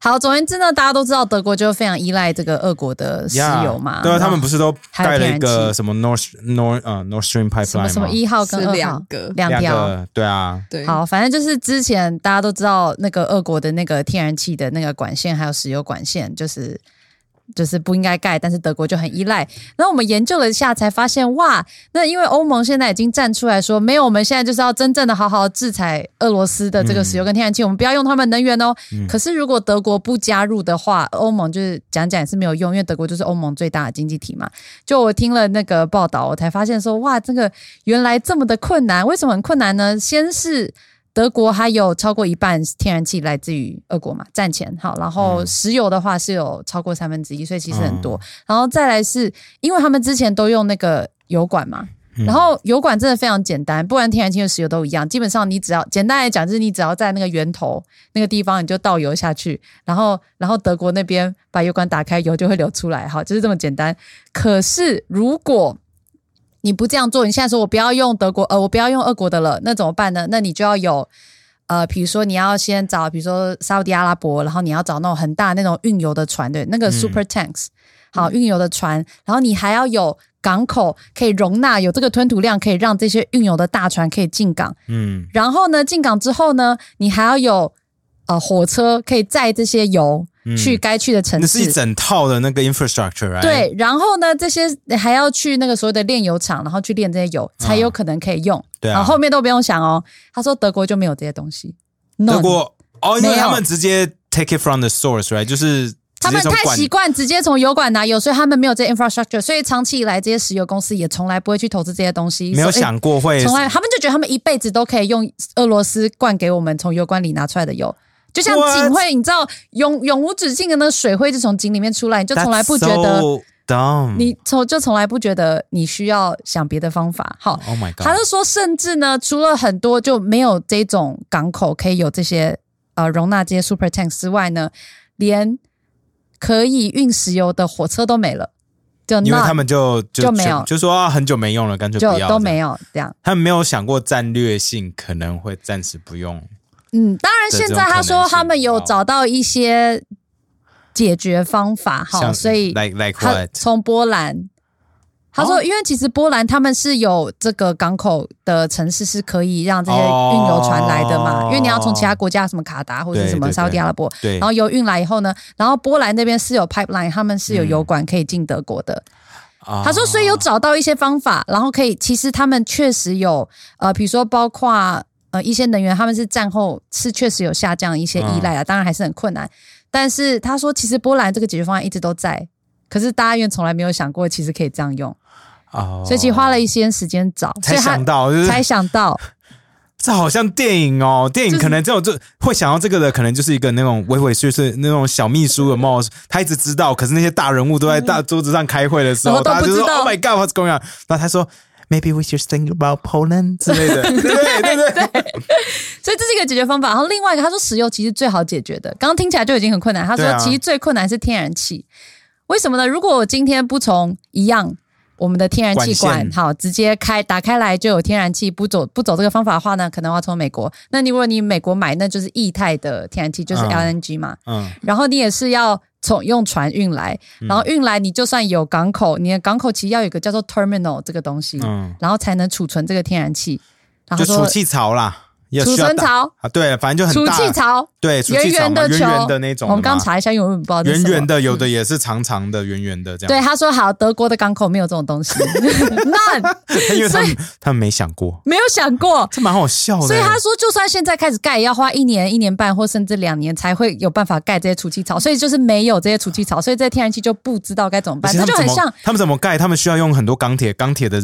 好，总而言之呢，大家都知道德国就非常依赖这个俄国的石
呀
油嘛。
对啊，
然后
他们不是都盖
还有
了一
天然
个
气
什么 North North 呃 North Stream
什么
Pipeline
什么
吗
一哦号跟二
是
号
两个
两
两
条。
个对啊，
对，
好，反正就是之前大家都知道那个俄国的那个天然气的那个管线，还有石油管线，就是就是不应该盖，但是德国就很依赖。然后我们研究了一下，才发现哇，那因为欧盟现在已经站出来说，没有，我们现在就是要真正的好好制裁俄罗斯的这个石油跟天然气，我们不要用他们能源哦。可是如果德国不加入的话，欧盟就是讲讲也是没有用，因为德国就是欧盟最大的经济体嘛。就我听了那个报道，我才发现说，哇，这个原来这么的困难，为什么很困难呢？先是德国还有超过一半天然气来自于俄国嘛，战前好，然后石油的话是有超过三分之一，所以其实很多。然后再来是因为他们之前都用那个油管嘛。然后油管真的非常简单，不然天然气和石油都一样。基本上你只要简单来讲，就是你只要在那个源头那个地方，你就倒油下去，然后然后德国那边把油管打开，油就会流出来，好，就是这么简单。可是如果你不这样做，你现在说我不要用德国，呃，我不要用俄国的了，那怎么办呢？那你就要有，呃，比如说你要先找，比如说沙特阿拉伯，然后你要找那种很大那种运油的船，对，那个 super tanks，、好，运油的船，然后你还要有港口可以容纳有这个吞吐量，可以让这些运油的大船可以进港。
嗯，
然后呢，进港之后呢，你还要有呃火车可以载这些油
嗯
去该去的城
那
市。
是一整套的那个 infrastructure，right？
对，然后呢，这些还要去那个所谓的炼油厂，然后去炼这些油，才有可能可以用。
啊对啊
然后后面都不用想哦。他说德国就没有这些东西，
德
None
国哦，因
没
为
有
他们直接 take it from the source，right？就是直
他
接
们
从
太
管
习惯直接从油管拿油，所以他们没有这些 infrastructure，所以长期以来这些石油公司也从来不会去投资这些东西，
没有
所以
想过会
从来，他们就觉得他们一辈子都可以用俄罗斯灌给我们从油罐里拿出来的油，就像
What？
井会，你知道永永无止境的那个水会就从井里面出来，你就从来不觉得
That's so dumb。
你从就从来不觉得你需要想别的方法。好
Oh my god！
他就说，甚至呢，除了很多就没有这种港口可以有这些呃容纳这些 super tanks 之外呢，连可以运石油的火车都没了，就
因为
那
他们就就
就没有
就说啊，很久没用了，干脆
就
不要
都
这样
没有这样。
他们没有想过战略性可能会暂时不用。
嗯，当然
对这
现
种
在他
可能
说
性哦
他们有
好
找到一些解决方法，好，
像
所以
like like
他
what？
从波兰。他
哦
说：“因为其实波兰他们是有这个港口的城市是可以让这些运油船来的嘛，
哦
因为你要从其他国家什么卡达或者
对
什么
对
沙特阿拉伯，
对
然后油运来以后呢，然后波兰那边是有 pipeline，他们
嗯
是有油管可以进德国的。
啊
他说，所以有找到一些方法，然后可以，其实他们确实有，呃，比如说包括呃一些能源，他们是战后是确实有下降一些依
嗯
赖啊，当然还是很困难。但是他说，其实波兰这个解决方案一直都在，可是大家因为从来没有想过，其实可以这样用，
哦
所以其实花了一些时间找，所
才
以他
想到，就是
才想到，
这好像电影哦，电影
就是
可能只有这会想到这个的，可能就是一个那种畏畏缩缩那种小秘书的帽子，他一直知道，可是那些大人物都在大桌子上开会的时
嗯
候，
然后都
大
不
家就
知
说
道
“Oh my God, what's going on？” 然后他说“Maybe we should think about Poland” 之类 的，对对对对，
所以这是一个解决方法。然后另外一个，他说石油其实最好解决的，刚刚听起来就已经很困难。他
对
说
啊
其实最困难是天然气，为什么呢？如果我今天不从一样，我们的天然气
管
管
线
好直接开打开来就有天然气，不走不走这个方法的话呢，可能要从美国。那你如果你美国买，那就是液态的天然气，就是
嗯
LNG 嘛。
嗯，
然后你也是要从用船运来，
嗯
然后运来你就算有港口，你的港口其实要有一个叫做 terminal 这个东西，
嗯
然后才能储存这个天然气。然后
就
说
储气槽啦，也
储
需要
存
大
槽、
啊，对，反正就很
储
大，
气槽、
对，储
圆
气槽
圆
嘛，
的
圆
球
圆的那种的嘛，
我们刚查一下，因为我们不知道这是
圆
什么嗯
圆的，有的也是长长的，圆圆的这
对，
样。
他说好，德国的港口没有这种 东西，none，
对， 因为他们他们没想过，
没有想过。
这蛮好笑的。
所以他说，就算现在开始盖，也要花一年、一年半或甚至两年才会有办法盖这些储气槽。所以就是没有这些储气槽，所以这些天然气就不知道该怎么
而
办。
且
这
他
就
们怎
很像
么，他们怎么盖？他们需要用很多钢铁，钢铁的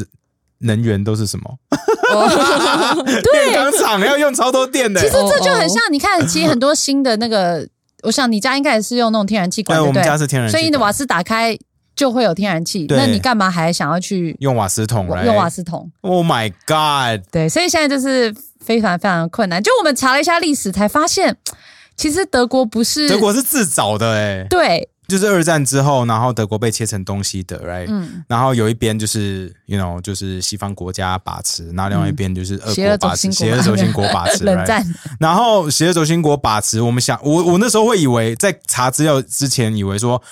能源都是什么？ 炼
哦对，
钢厂要用超多电的
其。实这就
哦
很
哦
像。你看，其实很多新的那个，我想你家应该也是用那种天然气管，
对，
对不
我们
对？
家是天然气
所
管，
以你的瓦斯打开就会有天然气，
对
那你干嘛还想要去
用瓦斯桶来
用瓦斯桶？
Oh my God！
对，所以现在就是非常非常困难。就我们查了一下历史，才发现其实德国不是
德国是自找的哎、
对，
就是二战之后，然后德国被切成东西德，right？、
嗯，
然后有一边就是，you know，就是西方国家把持，然后另外一边就是俄
嗯邪恶
国
轴
把持，
心国，
邪恶轴心国把 持
冷
，right？
战，
然后邪恶轴心国把持，我们想，我我那时候会以为，在查资料之前以为说，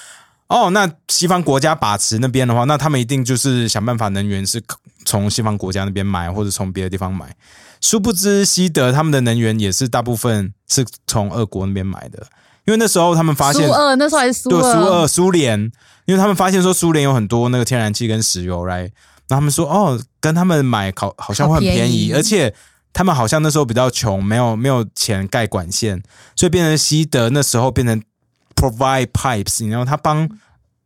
哦，那西方国家把持那边的话，那他们一定就是想办法能源是从西方国家那边买，或者从别的地方买。殊不知西德他们的能源也是大部分是从俄国那边买的，因为那时候他们发
苏
现。
俄那时候还是苏
对，
俄，
苏俄、苏联，因为他们发现说苏联有很多那个天然气跟石油，right？然后他们说哦，跟他们买好好像会很便
好便
宜，
宜
而且他们好像那时候比较穷，没有没有钱盖管线，所以变成西德那时候变成 provide pipes，你知道他帮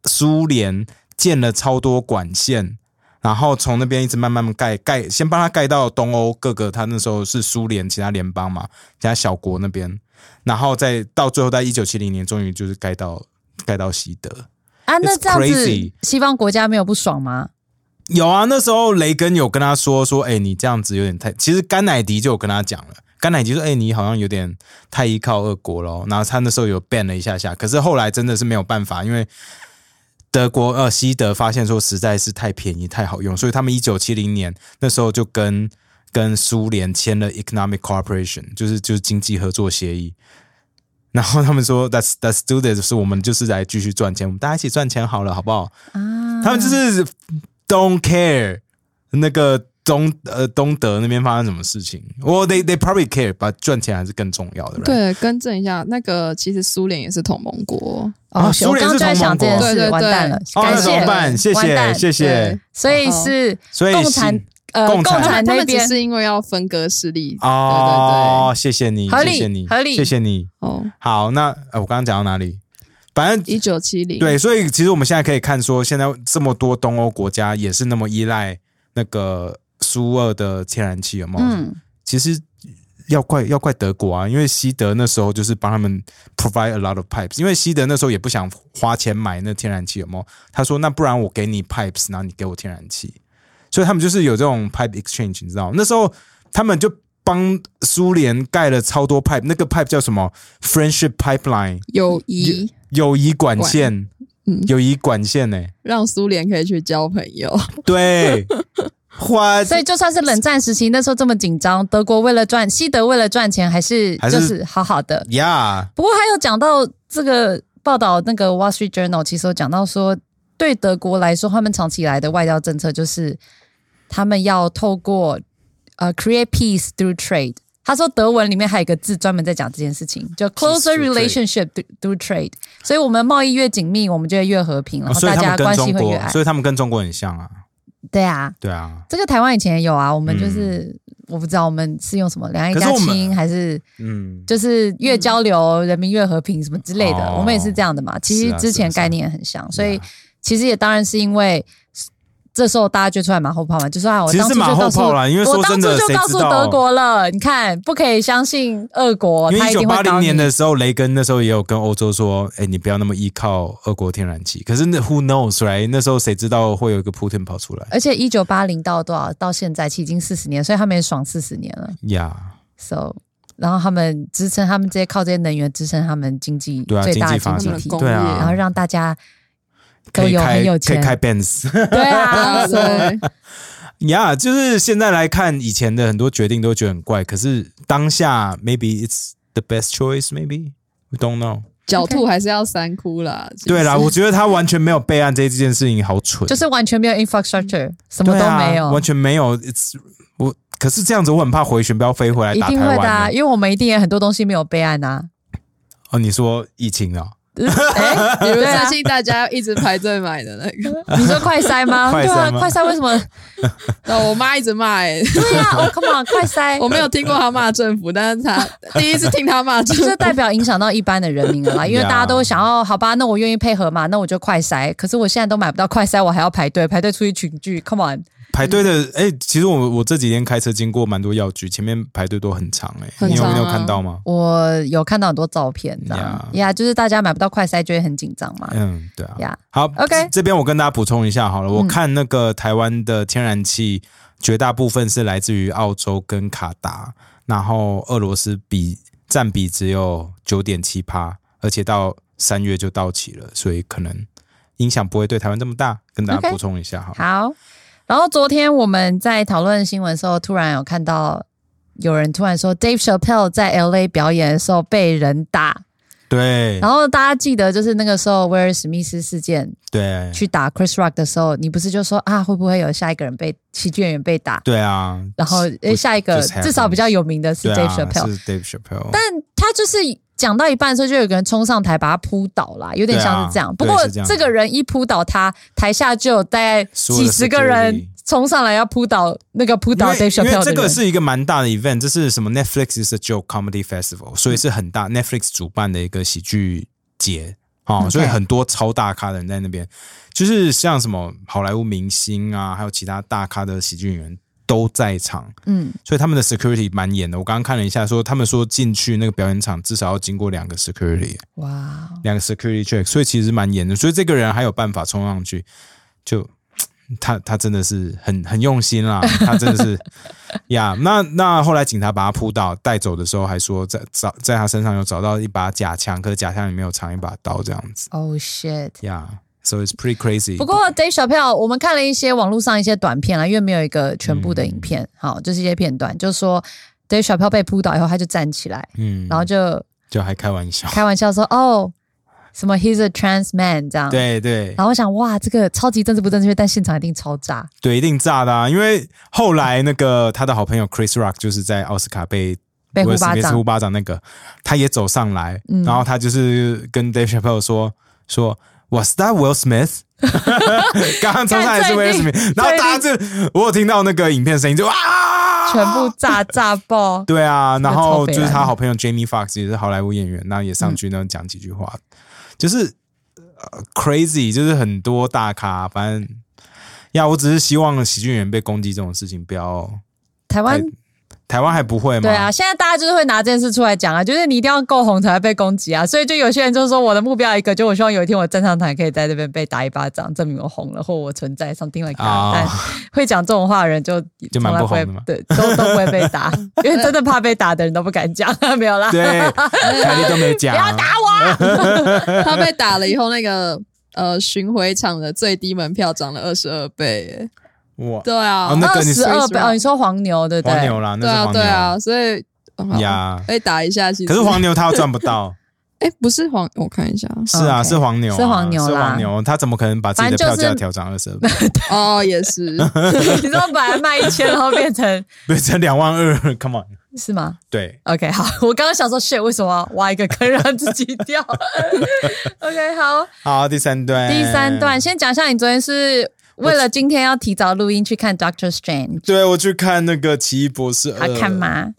苏联建了超多管线。然后从那边一直慢慢盖盖，先帮他盖到东欧各个，他那时候是苏联其他联邦嘛，其他小国那边，然后再到最后，在一九七零年，终于就是盖到盖到西德。
啊，那
It's
这样子
crazy
西方国家没有不爽吗？
有啊，那时候雷根有跟他说说，哎、你这样子有点太……其实甘乃迪就有跟他讲了，甘乃迪说，哎、你好像有点太依靠俄国咯。然后他那时候有 ban 了一下下，可是后来真的是没有办法，因为德国呃西德发现说实在是太便宜太好用，所以他们一九七零年那时候就跟跟苏联签了 Economic Cooperation，就是就是经济合作协议。然后他们说，That's That's do this，是我们就是来继续赚钱，我们大家一起赚钱好了，好不好？
啊，
他们就是 don't care 那个东呃东德那边发生什么事情。我、well, they they probably care，把赚钱还是更重要的。，
对，更正一下，那个其实苏联也是同盟国，
哦，
啊
我
苏
刚
联
刚
是
就在
同
想
盟
这件
国
事，
对对
完蛋了，
哦，
感
那
谢
怎么办？谢
完
谢
蛋
谢谢。
所以
哦
是
所以
共
是
产呃
共
共
产
他
产
们他
那
们只
边
是因为要分割势力，
哦，谢谢你，
合理
谢谢你，
合理
谢谢你。
对对对，哦，
好，那呃，我刚刚讲到哪里？反正
一九七零，
对，所以其实我们现在可以看说，现在这么多东欧国家也是那么依赖那个苏俄的天然气，有没有？
嗯。
其实要怪要怪德国啊，因为西德那时候就是帮他们 provide a lot of pipes，因为西德那时候也不想花钱买那天然气，有没有？他说那不然我给你 pipes，然后你给我天然气，所以他们就是有这种 pipe exchange，你知道吗？那时候他们就帮苏联盖了超多 pipe，那个 pipe 叫什么 friendship pipeline
友谊
友谊管线，
嗯
友谊管线呢、
让苏联可以去交朋友，
对，花
所以就算是冷战时期，那时候这么紧张，德国为了赚，西德为了赚钱，还是
还
就是是好好的。
呀。
不过还有讲到这个报道，那个《Wall Street Journal》其实有讲到说，对德国来说，他们长期以来的外交政策就是他们要透过呃 create peace through trade。他说德文里面还有一个字专门在讲这件事情，就 closer
through trade
relationship through- through trade。所以我们贸易越紧密，我们就会越和平，然
哦
后
所以
大
他
家
们跟
关系
中
会越
国，
爱。
所以他们跟中国很像啊，
对啊，
对啊。
这个台湾以前也有啊，我们就是、我不知道我们是用什么两岸一
嗯可是
家
我们
亲，还是
嗯，
就是越交流、人民越和平什么之类的，
哦
我们也是这样的嘛。其
是
实
啊
之前
是啊是啊
概念很像，所以
Yeah
其实也当然是因为。这时候大家就出来马后炮嘛，就说啊，我
其实
当
是
初就
马后
告诉
炮啦因为说
我当
真
初
的
就
谁
告
知
诉
道
德国了，你看不可以相信俄国，
因为
他
一
一
九
定
八
会搞
零
你
年的时候，雷根那时候也有跟欧洲说：“哎、你不要那么依靠俄国天然气。”可是那 Who knows，right？那时候谁知道会有一个 Putin 跑出来
而且一九八零到多少到现在，其实已经四十年，所以他们也爽四十年了。
呀
So，然后他们支撑他们这些靠这些能源支撑他们经济
对啊
最大的
经济发
经
展
济
他
体
工
们的工
对
业
啊
然后让大家都
可以
有
开
很有
可以
钱，
开 Benz，
对啊，所以
对，
呀就是现在来看以前的很多决定都觉得很怪，可是当下 maybe it's the best choice maybe we don't know。
狡兔还是要三窟啦。其实
对啦，我觉得他完全没有备案这这件事情好蠢，
就是完全没有 infrastructure，什么
对
都
啊
没有，
完全没有。It's 我可是这样子我很怕回旋镖飞回来
一
打
定
台
会
湾
的、啊，
欸。
因为我们一定也很多东西没有备案 啊。
哦，你说疫情啊？
哎，
比如
对啊
最近大家一直排队买的那个，
你说快筛吗？
快
对啊，
筛吗
快筛为什么？
那我妈一直骂、欸，
对啊，哦，come on，快 筛，
我没有听过她骂政府，但是她第一次听她骂政府
就。是代表影响到一般的人民了 啦，因为大家都想要，好吧，那我愿意配合嘛，那我就快筛。可是我现在都买不到快筛，我还要排队，排队出去群聚，come on，
排队的哎、其实我我这几天开车经过蛮多药局，前面排队都很长哎、
很
你有
长啊
没有看到吗？
我有看到很多照片的，呀
Yeah
就是大家买不到快筛就会很紧张嘛，
嗯，对啊。
呀、
好
OK
这这边我跟大家补充一下好了，我看那个台湾的天然气绝大部分是来自于澳洲跟卡达，然后俄罗斯比占比只有九点七趴，而且到三月就到期了，所以可能影响不会对台湾这么大，跟大家
OK
补充一下好了。
好，然后昨天我们在讨论新闻的时候，突然有看到有人突然说 Dave Chappelle 在 L A 表演的时候被人打，
对
然后大家记得就是那个时候威尔史密斯事件
对
去打 Chris Rock 的时候，你不是就说啊会不会有下一个人被喜剧演员被打？
对啊，
然后诶，
不
下一个
just happens
至少比较有名的是
对
Dave
啊
Chappelle，、
是 Dave Chappelle，
但他就是讲到一半的时候，就有个人冲上台把他扑倒啦，有点像是这样。
对啊
不过
对是这样
这个人一扑倒他，台下就有大概几十个
所有的
人
security
冲上来要扑倒那个扑
因
倒
为
Dave
因为
Chappelle 的
这
人。
个是一个蛮大的 event，这是什么 Netflix is a joke comedy festival，所以是很大 Netflix 主办的一个喜剧节哦，
嗯 OK
所以很多超大咖的人在那边，就是像什么好莱坞明星啊，还有其他大咖的喜剧演员都在场，
嗯，
所以他们的 security 蛮严的。我刚刚看了一下说他们说进去那个表演场至少要经过两个 security，
哇，
两个 security check，所以其实蛮严的。所以这个人还有办法冲上去，就他他真的是很很用心啦，他真的是呀。那那后来警察把他扑倒带走的时候，还说在找在他身上有找到一把假枪，可是假枪里面有藏一把刀这样子
oh shit！
呀。So it's pretty crazy。
不过 Dave Chappelle，我们看了一些网络上一些短片啊，因为没有一个全部的影
嗯
片，好，就是一些片段，就说 Dave Chappelle 被扑倒以后，他就站起来，
嗯，
然后就
就还开玩笑，
开玩 笑说：“哦，什么 He's a trans man 这样。”
对对
然后我想，哇，这个超级政治不正确，但现场一定超炸。
对，一定炸的啊！因为后来那个他的好朋友 Chris Rock 就是在奥斯卡被
被呼
威尔史
巴
密斯
掌
呼巴掌那个，他也走上来，
嗯
然后他就是跟 Dave Chappelle 说说 Was that Will Smith？刚刚冲上来是威尔史密斯，然后大家就我有听到那个影片声音就啊，
全部炸炸爆。
对啊，然后
这个超北
就
蓝
是他好朋友 Jamie Foxx 也是好莱坞演员，那也上去那讲几句话，就是、呃 crazy，就是很多大咖，反正呀，我只是希望喜剧演员被攻击这种事情不要。
台湾
台湾还不会吗？
对啊，现在大家就是会拿这件事出来讲啊，就是你一定要够红才会被攻击啊。所以就有些人就说，我的目标一个，就我希望有一天我站上台可以在这边被打一巴掌，证明我红了或我存在上 o m e
啊
但会讲这种话的人就
就
从
蛮
来不
不
会
红的嘛
对，都都不会被打，因为 真的怕被打的人都不敢讲，没有啦。
对，啊凯莉都没讲。
不要打我！啊
他被打了以后，那个呃巡回场的最低门票涨了二十二倍、欸。
我
对啊，
哦那个你
十
是
二倍哦，你说黄牛对不
黄
对？
牛啦，那
对
是
啊
黄牛
对啊，所以呀、
呀。
被打一下其实。
可是黄牛他又赚不 到，
哎、不是黄，我看一下，
是啊，
OK
是黄牛啊，
是黄牛啦
是黄牛，他怎么可能把自己的
反正
票
就是
价调涨二 十二，
哦，也是，
你说本来卖一千，然后变成
变成两万二？Come on，
是吗？
对，
OK，好，我刚刚想说 shit，为什么要挖一个坑让自己掉？OK，好，
好，第三段，
第三
哎
段，先讲一下，你昨天是为了今天要提早录音去看 Doctor Strange，
对我去看那个《奇异博士二
好》，看？吗？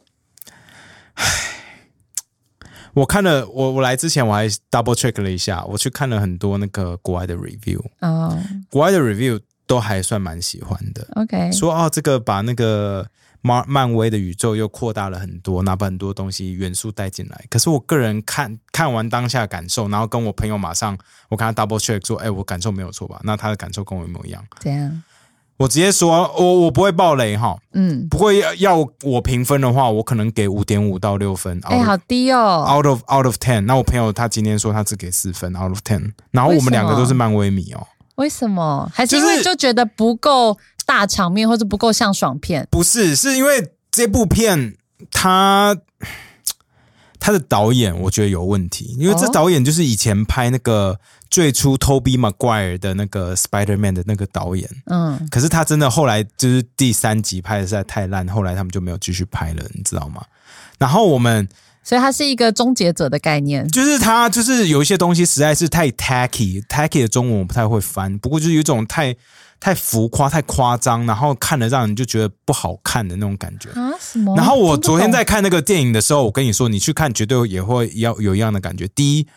我看了，我我来之前我还 double check 了一下，我去看了很多那个国外的 review，
哦、
国外的 review 都还算蛮喜欢的，
o k
说哦，这个把那个漫漫威的宇宙又扩大了很多，拿把很多东西元素带进来。可是我个人看看完当下感受，然后跟我朋友马上我跟他 double check 说，哎，我感受没有错吧？那他的感受跟我有没有一样？
怎样？
我直接说，我我不会爆雷哈，
嗯，
不过要要我评分的话，我可能给五点五到六分。
哎、好低哦，
out of out of ten，那我朋友他今天说他只给四分 out of ten，然后我们两个都是漫威迷哦，
为什么？还是
就
因
是
为就觉得不够大场面，或者不够像爽片？
不是，是因为这部片他他的导演我觉得有问题，因为这
哦
导演就是以前拍那个最初 Toby Maguire 的那个 Spider Man 的那个导演，
嗯，
可是他真的后来就是第三集拍的实在太烂，后来他们就没有继续拍了，你知道吗？然后我们
所以它是一个终结者的概念。
就是他，就是有一些东西实在是太 tacky，tacky 的中文我不太会翻，不过就是有一种太太浮夸、太夸张，然后看了让人就觉得不好看的那种感觉。
啊？什么？
然后我
听不懂
昨天在看那个电影的时候，我跟你说，你去看绝对也会要有一样的感觉。第一，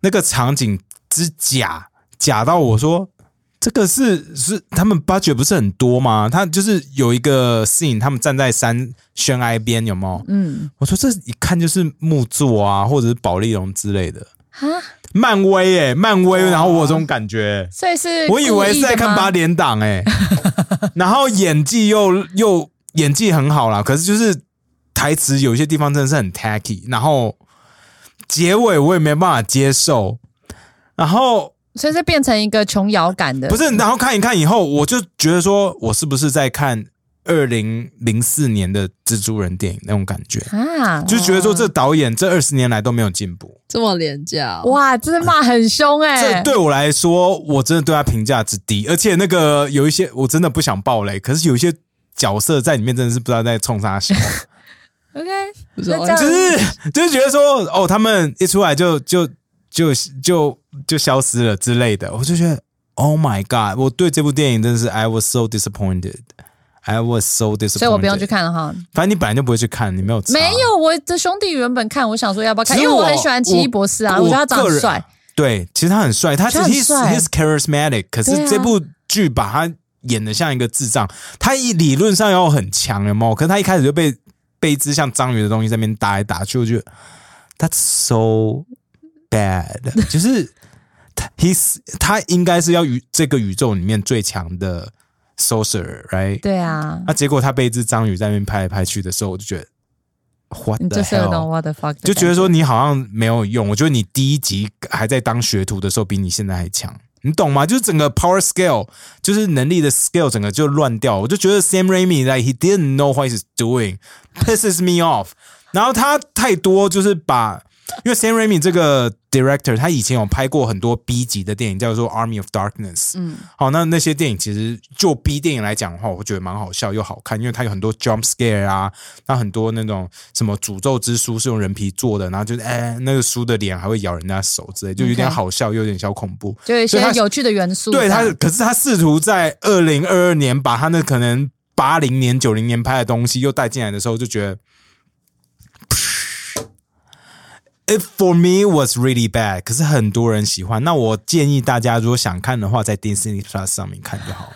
那个场景之假假到我说，这个是是他们 budget 不是很多吗？他就是有一个 scene，他们站在山悬崖边，有没有？
嗯
我说这一看就是木作啊，或者是宝丽龙之类的。
啊，
漫威诶、漫威，然后我有这种感觉、
所以是
我以为是在
故意的
看
吗
八点 档哎、然后演技又又演技很好啦，可是就是台词有一些地方真的是很 tacky，然后结尾我也没办法接受，然后
所以是变成一个琼瑶感的，
不是，然后看一看以后，我就觉得说我是不是在看二零零四年的蜘蛛人电影那种感觉，
啊？
就觉得说这导演这二十年来都没有进步。
这么廉价 哦、
哇，这骂很凶哎、
这对我来说，我真的对他评价之低，而且那个有一些我真的不想爆雷，可是有一些角色在里面真的是不知道在冲啥 笑，
，OK，
不知道
那这样
就是就是觉得说哦，他们一出来就就就就就消失了之类的，我就觉得 Oh my God，我对这部电影真的是 I was so disappointed。I was so disappointed，
所以我不用去，看了哈。
反正你本来就不会去看，你没有差
没有，我的兄弟原本看，我想说要不要看，
其
因
实
为
我
我很喜欢奇异博士啊，
我
我觉得他长
个
得
人
帅，
对，其实他很帅，他
他很
he's
帅
he's charismatic，可是
对啊
这部剧把他演的像一个智障，他一理论上要很强的嘛，可是他一开始就被被一只像章鱼的东西在那边打来打去，我觉得 that's so bad，就是 他 he's 他应该是要宇这个宇宙里面最强的 sorcerer，right？
对啊，
那、结果他被一只章鱼在那边拍来拍去的时候，我就觉得 what
你
the
就是有
hell？
懂 what the fuck，的
就觉得
感
说你好像没有用。我觉得你第一集还在当学徒的时候，比你现在还强，你懂吗？就是整个 power scale，就是能力的 scale，整个就乱掉。我就觉得 Sam Raimi like he didn't know what he's doing pisses me off。然后他太多就是把，因为 Sam Raimi 这个 director，他以前有拍过很多 B 级的电影，叫做《Army of Darkness》。
嗯，
好，那那些电影其实就 B 电影来讲的话，我觉得蛮好笑又好看，因为它有很多 jump scare 啊，那很多那种什么诅咒之书是用人皮做的，然后就是哎、那个书的脸还会咬人家手之类，就有点
OK
好笑，又有点小恐怖。
就有一些
对他
有趣的元素，
对他
这，样
可是他试图在二零二二年把他那可能八零年、九零年拍的东西又带进来的时候，就觉得。It for me was really bad，可是很多人喜欢。那我建议大家，如果想看的话，在 Disney Plus 上面看就好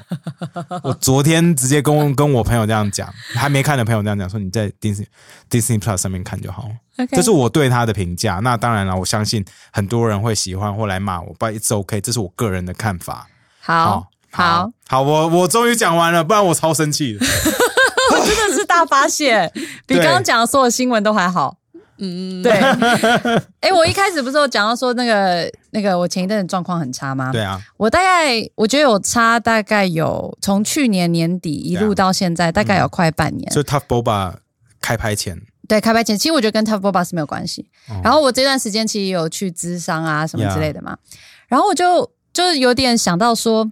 了。我昨天直接跟我跟我朋友这样讲，还没看的朋友这样讲说，你在 Disney Disney Plus 上面看就好了。
OK
这是我对他的评价。那当然了，我相信很多人会喜欢或来骂我，but it's okay，这是我个人的看法。
好好
哦好，好，我我终于讲完了，不然我超生气的。
真的是大发 现，比
对
刚刚讲的所有新闻都还好。嗯， 对。哎、我一开始不是有讲到说那个那个我前一阵子状况很差吗？
对啊，
我大概我觉得有差，大概有从去年年底一
对
路
啊
到现在，大概有快半年。
就 Tough Boba 开拍前，
对，开拍前，其实我觉得跟 Tough Boba 是没有关系。
哦
然后我这段时间其实有去咨商啊什么之类的嘛然后我就就是有点想到说，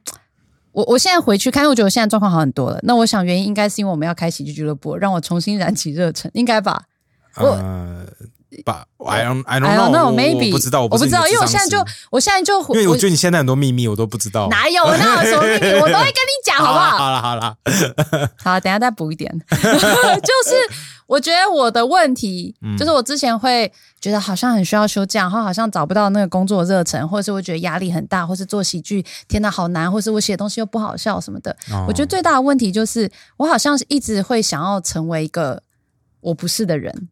我我现在回去看，因为我觉得我现在状况好很多了。那我想原因应该是因为我们要开喜剧俱乐部，让我重新燃起热忱，应该吧？我
呃，把 I don't I don't
I don't know，
know，我
maybe
我不知道，
我
不
不
是
知道，因为我现在就
你的智商
我现在就
师因为我觉得你现在很多秘密我都不知道。
哪有我哪有 什么秘密，我都会跟你讲，好不
啦
好？
好了好了，
好，等一下再补一点。 就是我觉得我的问题，就是我之前会觉得好像很需要休假，然后好像找不到那个工作热忱，或者是我觉得压力很大，或是做喜剧天哪好难，或是我写东西又不好笑什么的。
哦
我觉得最大的问题就是，我好像是一直会想要成为一个我不是的人。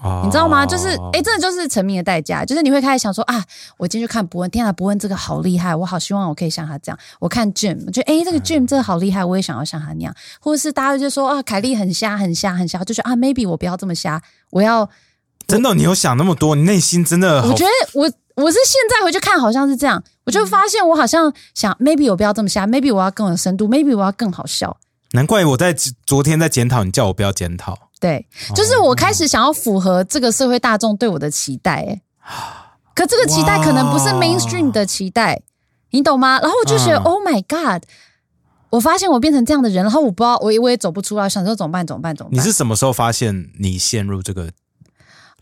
哦
你知道吗？就是哎、诶真的就是成名的代价，就是你会开始想说啊，我今天去看伯恩，天啊，伯恩这个好厉害，我好希望我可以像他这样。我看 Jim，我觉得哎、诶这个 Jim 这个好厉害，我也想要像他那样。或者是大家就说啊，凯莉很瞎，很瞎，很瞎，就觉得啊，maybe 我不要这么瞎，我要，
真的，你有想那么多，你内心真的
我
好
觉得我我是现在回去看，好像是这样，我就发现我好像想，maybe 我不要这么瞎，maybe 我要更有深度，maybe 我要更好笑。
难怪我在昨天在检讨，你叫我不要检讨，
对，就是我开始想要符合这个社会大众对我的期待、欸，可这个期待可能不是
哇
mainstream 的期待，你懂吗？然后我就觉得、
嗯
o h my God，我发现我变成这样的人，然后我不知道，我也我也走不出来，想说怎么办？怎么办？怎么办？
你是什么时候发现你陷入这个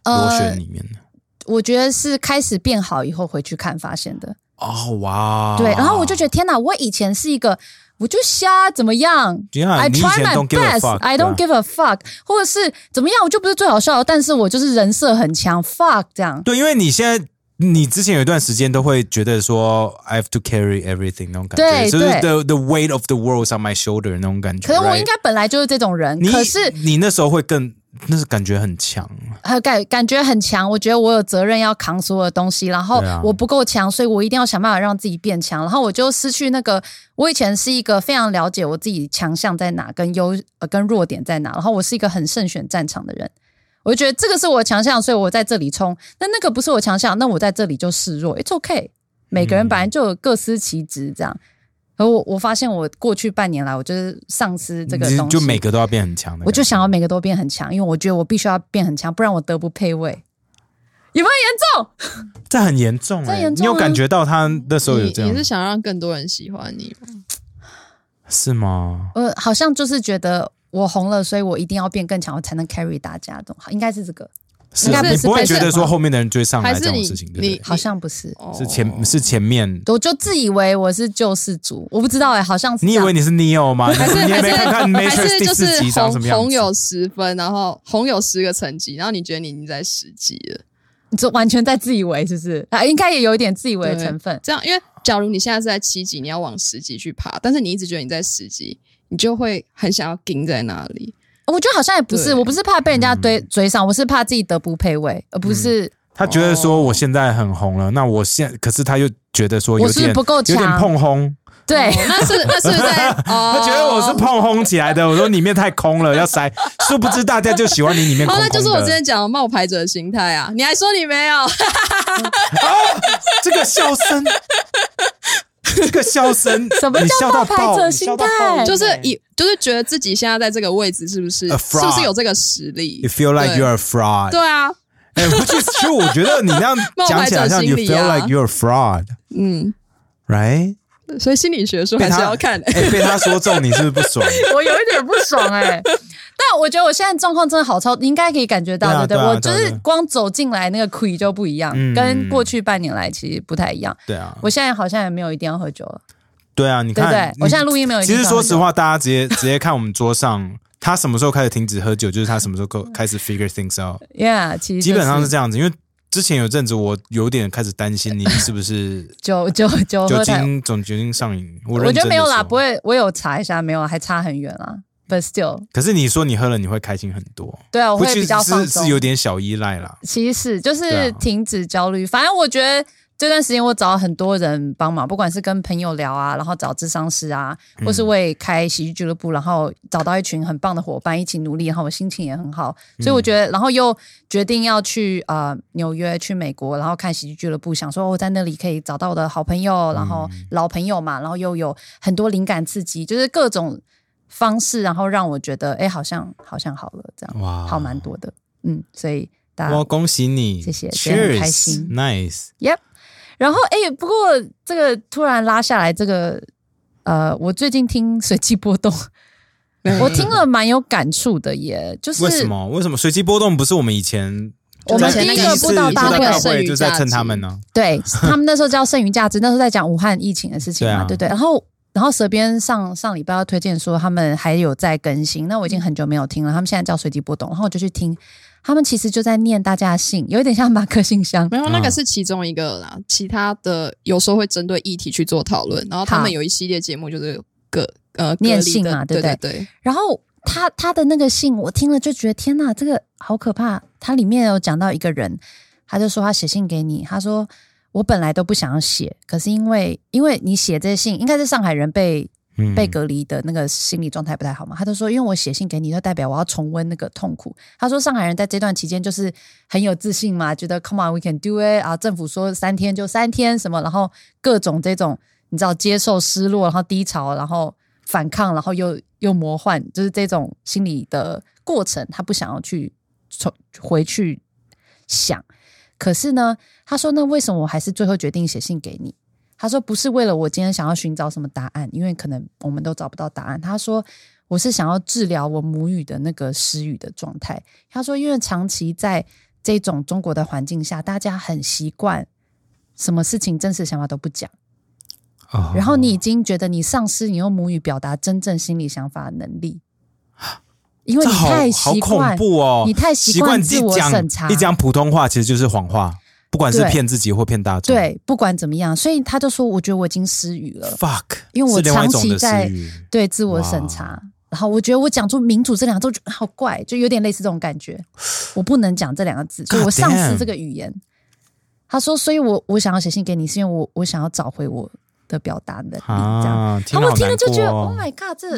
螺旋里面的？
呃我觉得是开始变好以后回去看发现的。
哦哇！
对，然后我就觉得天哪，我以前是一个。我就瞎怎么样
Yeah，
？I
啊你以
try
前
my
don't give a fuck，
best, I don't
对啊
give a fuck，或者是怎么样？我就不是最好笑的，但是我就是人设很强，fuck 这样。
对，因为你现在。你之前有一段时间都会觉得说 I have to carry everything 那种感觉，
对
就是
对
the the weight of the world is on my shoulder 那种感觉。
可能我
right？
应该本来就是这种人，
你
可是
你那时候会更，那是感觉很强。
呃感感觉很强，我觉得我有责任要扛所有的东西，然后
对啊
我不够强，所以我一定要想办法让自己变强，然后我就失去那个我以前是一个非常了解我自己强项在哪，跟优呃跟弱点在哪，然后我是一个很慎选战场的人。我就觉得这个是我的强项，所以我在这里冲。那那个不是我强项，那我在这里就示弱。It's okay，每个人本来就有各司其职这样。而我我发现我过去半年来，我就是丧失这个
你
东西，
就每个都要变很强的感觉。
我就想要每个都变很强，因为我觉得我必须要变很强，不然我德不配位。有没有严重？
这很严重、欸，
这很严重啊
你有感觉到他那时候有
你
这样
你是想让更多人喜欢你吗？
是吗？
我呃好像就是觉得我红了，所以我一定要变更强，我才能 carry 大家，懂？应该是这个，
是
应
啊，
该
你
不是
不会
还是哦
觉得说后面的人追上来
还是
这种
你
事情，对
你
不
好哦像不是。
哦
对？是前是前面，
我就自以为我是救世主，我不知道哎、好像是这
你以
样
为你是 Neo 吗？
还是
你还没看看
还
Matrix
是
第
就
四
是
集长什
红
么
红
样
有
子？
十分，然后红有十个成绩，然后你觉得你已经在十级了。
你就完全在自以为，是不是？啊，应该也有一点自以为的
对
成分。
这样，因为假如你现在是在七级，你要往十级去爬，但是你一直觉得你在十级，你就会很想要盯在那里。
我觉得好像也不是，
对
我不是怕被人
嗯
家追追上，我是怕自己德不配位，而
嗯
不是
他觉得说我现在很红
哦
了，那我现可是他又觉得说有
我是不
点
是不够
有点
强。
碰轰，
对
哦，那是那是 在哦，
他觉得我是碰轰起来的。我说里面太空 了，要塞，殊不知大家就喜欢你里面空
哦，
空
那
的。
就是我之前讲的冒牌者的心态啊！你还说你没有，
这个笑 声，这个笑声，
什么叫
你笑
冒
到
牌
爆
者
你
心
笑到
态
爆
就是以就是觉得自己现在在这个位置是不是
A
是
fraud
不是有这个实力
You？feel like
对
you're a fraud。
对啊，
哎、不去 true，我觉得你那样讲起来像
冒牌者
you
心理
feel
啊
like you're a fraud。
嗯，
Right，
所以心理学说
被
还
他
是要看。
哎、被他说中，你是不是不爽？
我有一点不爽哎、 但我觉得我现在状况真的好超，你应该可以感觉到，
对啊
对不
对啊
我就
对啊
是
对啊
光走进来那个 que 就不一样，
嗯
跟过去半年来其实不太一样。
对啊，
我现在好像也没有一定要喝酒了，
对啊，你
对
看，
不对？
你
我现在录音没有一定
其
要
实
喝酒
说实，话，大家直接直接看我们桌上，他什么时候开始停止喝酒，就是他什么时候够开始 figure things out，
，Yeah，其实、
基本上是这样子。因为之前有阵子，我有点开始担心你是不是
酒酒酒
酒
喝太，
精总酒精上瘾。我
我
认
觉得
真地
没有啦，
说
不会，我有查一下，没有，还差很远啦。But still，
可是你说你喝了，你会开心很多，
对啊，我会
不
比较
是
放
是
松
是。有点小依赖啦。
其实就
对
是
啊
停止焦虑。反正我觉得这段时间我找很多人帮忙，不管是跟朋友聊啊，然后找智商师啊，或
嗯
是我也开喜剧俱乐部，然后找到一群很棒的伙伴一起努力，然后我心情也很好。所以
嗯
我觉得，然后又决定要去呃纽约、去美国，然后看喜剧俱乐部，想说我在那里可以找到我的好朋友，然后
嗯
老朋友嘛，然后又有很多灵感刺激，就是各种方式，然后让我觉得哎、好像好像好了这样。
哇，
好蛮多的。嗯，所以大
哇，
家，
恭喜你，
谢谢觉得很开心
，Cheers，Nice。
然后哎、不过这个突然拉下来，这个呃，我最近听随机波 动，我听了蛮有感触的耶，就是
为什么？为什么随机波动不是我们以前
我们
在
前那
第
个
一次
布道大
布
会
道
剩余
就在
价
蹭他
值
们呢？
对他们那时候叫剩余价值，那时候在讲武汉疫情的事情嘛，
对啊
对不对？然后。然后蛇边上上礼拜要推荐说他们还有在更新，那我已经很久没有听了。他们现在叫随机波动，然后我就去听，他们其实就在念大家的信，有一点像马克信箱。
没有，那
嗯
个是其中一个啦，其他的有时候会针对议题去做讨论，然后他
好
们有一系列节目就是隔呃隔
念
离
信
的
嘛对
对
不对
对对，
然后他他的那个信，我听了就觉得天呐，这个好可怕。他里面有讲到一个人，他就说他写信给你，他说我本来都不想写，可是因为因为你写这些信，应该是上海人被
嗯
被隔离的那个心理状态不太好嘛，他就说，因为我写信给你，就代表我要重温那个痛苦。他说，上海人在这段期间就是很有自信嘛，觉得 Come on，we can do it 啊，政府说三天就三天什么，然后各种这种你知道接受失落，然后低潮，然后反抗，然后又又魔幻，就是这种心理的过程，他不想要去重回去想。可是呢，他说，那为什么我还是最后决定写信给你？他说不是为了我今天想要寻找什么答案，因为可能我们都找不到答案。他说我是想要治疗我母语的那个失语的状态。他说因为长期在这种中国的环境下，大家很习惯什么事情真实想法都不讲，
哦
然后你已经觉得你丧失你用母语表达真正心理想法的能力，因为
这
你
好
太
好
习
恐
惯，
怖哦，
你太习
习
惯
惯
自
一
我
讲
审查
一讲普通话其实就是谎话，不管是
对
骗自己或骗大众。
对，不管怎么样，所以他就说我觉得我已经失语了。
，fuck，
因为我
是另外一种
长
的
期在
私欲
对自我审查。然后我觉得我讲出“民主”这两个字我觉得好怪，就有点类似这种感觉。我不能讲这两个字，所以我
God
丧失
damn
这个语言。他说：“所以我我想要写信给你，是因为我我想要找回我的表达能力。”嗯这样，
啊，
然后我听了就觉得
难过
：“Oh
哦
my god！” 这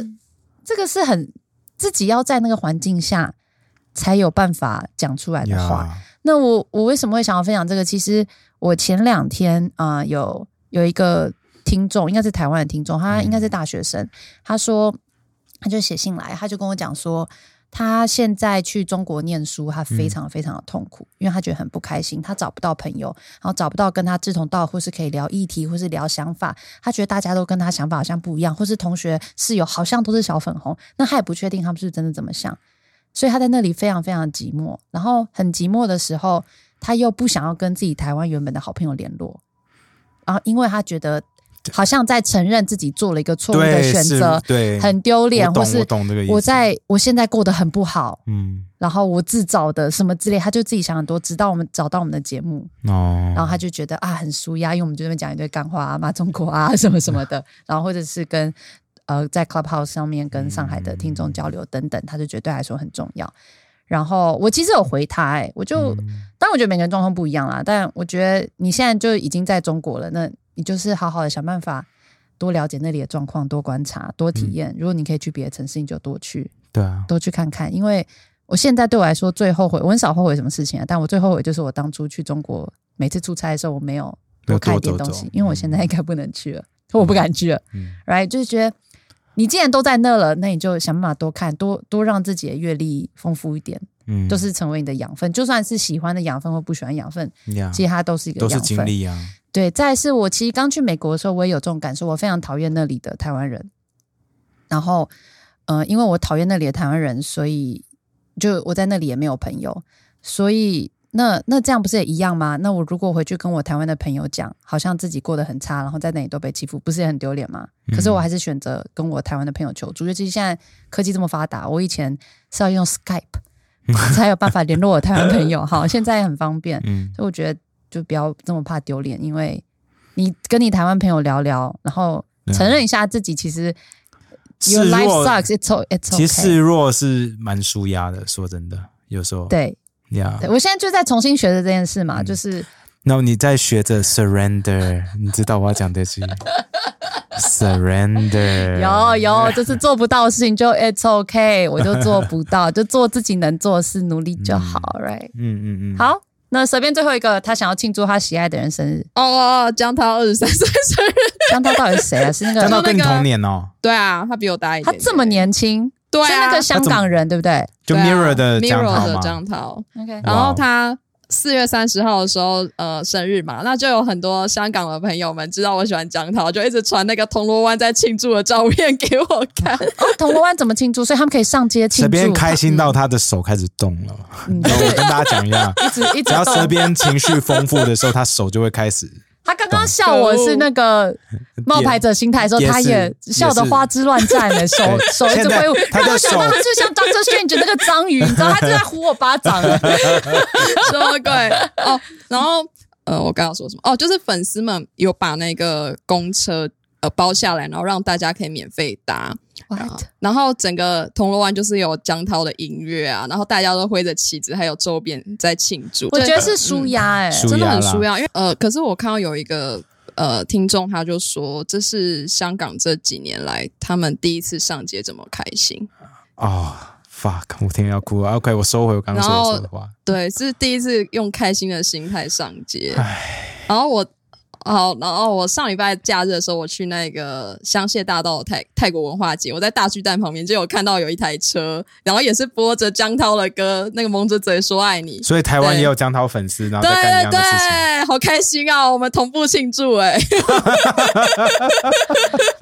这个是很自己要在那个环境下才有办法讲出来的话。
呀
那我我为什么会想要分享这个？其实我前两天啊、呃有有一个听众，应该是台湾的听众，他
嗯
应该是大学生，他说他就写信来，他就跟我讲说。他现在去中国念书，他
嗯
非常非常的痛苦，因为他觉得很不开心，他找不到朋友，然后找不到跟他志同道合或是可以聊议题，或是聊想法，他觉得大家都跟他想法好像不一样，或是同学室友好像都是小粉红，那他也不确定他们是不是真的怎么想，所以他在那里非常非常寂寞，然后很寂寞的时候，他又不想要跟自己台湾原本的好朋友联络，然后因为他觉得好像在承认自己做了一个错误的
对
选
是
择，
对，
很丢脸，或
我懂我
是
懂这个意思。
我在我现在过得很不好，
嗯
然后我自找的什么之类，他就自己想很多，直到我们找到我们的节目，
哦，
然后他就觉得啊很舒压，因为我们就在那边讲一堆干话啊，骂中国啊什么什么 的，然后或者是跟呃在 Clubhouse 上面跟上海的听
嗯
众交流等等，他就觉得对他来说很重要。然后我其实有回他、欸，我
嗯
就、当然我觉得每个人状况不一样啦，但我觉得你现在就已经在中国了，那你就是好好的想办法。多了解那里的状况，多观察，多体验。如果你可以去别的城市，你就多去。
对啊，
多去看看，因为我现在对我来说最后悔，我很少后悔什么事情啊，但我最后悔就是我当初去中国，每次出差的时候我没有多嗯看一点东
没有多走
西
走，
因为我现在应该不能去了，我不敢去了
嗯
，right？就是觉得你既然都在那了，那你就想办法多看，多多让自己的阅历丰富一点，
嗯，
就是成为你的养分，就算是喜欢的养分或不喜欢的养分，
呀
其实它都是一个
都是
养
经
分。
历啊，
对，再来是我其实刚去美国的时候，我也有这种感受，我非常讨厌那里的台湾人。然后，呃，因为我讨厌那里的台湾人，所以就我在那里也没有朋友，所以那那这样不是也一样吗？那我如果回去跟我台湾的朋友讲，好像自己过得很差，然后在那里都被欺负，不是也很丢脸吗？可是我还是选择跟我台湾的朋友求助，尤其是现在科技这么发达，我以前是要用 Skype 才有办法联络我台湾朋友，好，现在也很方便。
嗯
所以我觉得就不要这么怕丢脸，因为你跟你台湾朋友聊聊，然后
对啊
承认一下自己其实 your
示
life
弱
sucks, it's o- it's okay。
其实示弱是蛮舒压的，说真的，有时候
对
呀
对，我现在就在重新学的这件事
嗯
嘛，就是
那你在学着 surrender，你知道我要讲 这句 surrender，
有有，就是做不到的事情就 it's okay，我就做不到，就做自己能做的事，努力就好、r i g h
嗯嗯
t
嗯，
好，那随便最后一个，他想要庆祝他喜爱的人生日，
哦哦，哦江涛二十三岁生日，
江涛到底是谁啊？是 那
讲
个
到跟你同年哦，
对啊，他比我大一
他
点点，
这么年轻，
对
是那
啊
个，香港人对不对
就
对啊
mirror 的江
Mirror
涛
的
嘛，
江涛，
？OK，
哇
然后他四月三十号的时候，呃，生日嘛，那就有很多香港的朋友们知道我喜欢江涛，就一直传那个铜锣湾在庆祝的照片给我看。
哦，铜锣湾怎么庆祝？所以他们可以上街庆
蛇
祝。
边开心到他的手开始动了，
嗯
然后我跟大家讲一 下，
一直一直
只要
动
蛇边情绪丰富的时候，他手就会开始
他刚刚笑我是那 个冒牌者心态的时候，
也
他也笑得花枝乱颤的，手
对
手一直挥舞
现在，他
让
的
我想到
手
就像 Doctor Strange 那个章鱼，你知 道他就在呼我巴掌了。
什么鬼？哦，然后呃，我刚刚说什么？哦，就是粉丝们有把那个公车呃包下来，然后让大家可以免费搭。
What？
然后整个铜锣湾就是有江涛的音乐啊，然后大家都挥着旗子，还有周边在庆祝。
我觉得是舒压哎，
嗯舒
真的
压
很
啦
舒。压，因为呃，可是我看到有一个呃听众他就说，这是香港这几年来他们第一次上街这么开心，
啊、f u c k 我听了要哭了。OK，我收回我刚刚
然后
说的话。
对，是第一次用开心的心态上街。
唉，
然后我，好，然后我上礼拜假日的时候，我去那个香榭大道的泰泰国文化节，我在大巨蛋旁边就有看到有一台车，然后也是播着江涛的歌，那个蒙着嘴说爱你。
所以台湾
对
也有江涛粉丝，然后
对
在干一样
对
的事情。
对，好开心啊！我们同步庆祝哎、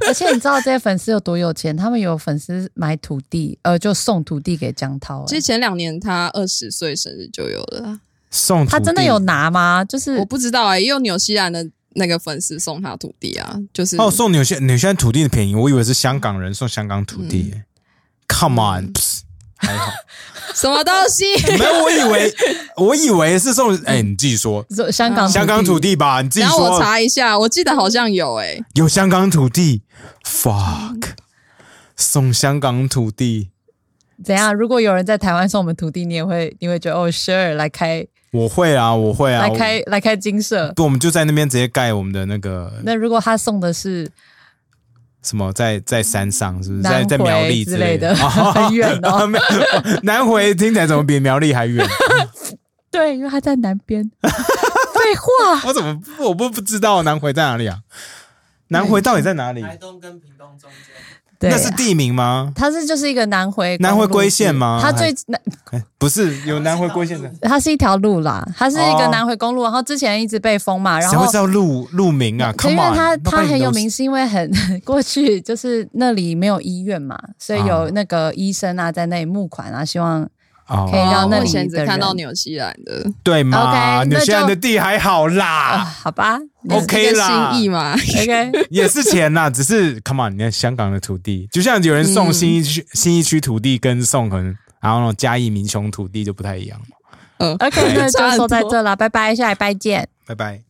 而且你知道这些粉丝有多有钱？他们有粉丝买土地，呃，就送土地给江涛、
其实
欸。
前两年他二十岁生日就有了啊，
送
他
土
真的
地
有拿吗？就是
嗯
我不知道哎、也有纽西兰的那个粉丝送他土地啊，就是
哦，送纽西纽西兰土地的便宜，我以为是香港人送香港土地、Come on，、pss，还好，
什么东西？
没有，我以为我以为是送，哎、你自己说
说香港
香港土
地，
地吧， 你自己
然后我
说
查一下，我记得好像有哎、
有香港土地，fuck，送香港土地，
怎样？如果有人在台湾送我们土地，你也会，你会觉得哦，sure，来开、
我会啊，我会啊，
来
我
开来开金社。
不，我们就在那边直接盖我们的那个
那如果他送的是
什么，在在山上是不是
南
在在苗
回
栗
之类
类
的 很远哦
没有南回听起来怎么比苗栗还远？
对，因为他在南 边。废话，
我怎么我不不知道南回在哪里啊？南回到底在哪里？
台东跟屏东中间，
对
那，是地名吗？
他是就是一个南回
南回
公路
归线吗
它最南
不是，有南回归线的。
它是一条路啦，它是一个
哦
南回公路，然后之前一直被封嘛，然
谁
后
会知道路路名啊
可
？Come
因
on，
为它它
nobody
很有
knows
名，是因为很 过去就是那里没有医院嘛，所以有
啊
那个医生啊在那里募款啊，希望可以
哦，
让那
我
里
以前只
的人
看到纽西兰的
对嘛？
OK，
纽西
那
兰
就
的地还好
啊，
啦
好吧
，OK
一个
啦，
心意嘛，
，OK，
也是钱呐，只是 come on，你看香港的土地，就像有人送
嗯
新一区、新一区土地，跟送可能然后嘉义民雄土地就不太一样。
呃，
OK，那
差
就
很
说在
多
这啦，拜拜，下礼拜见。
拜拜。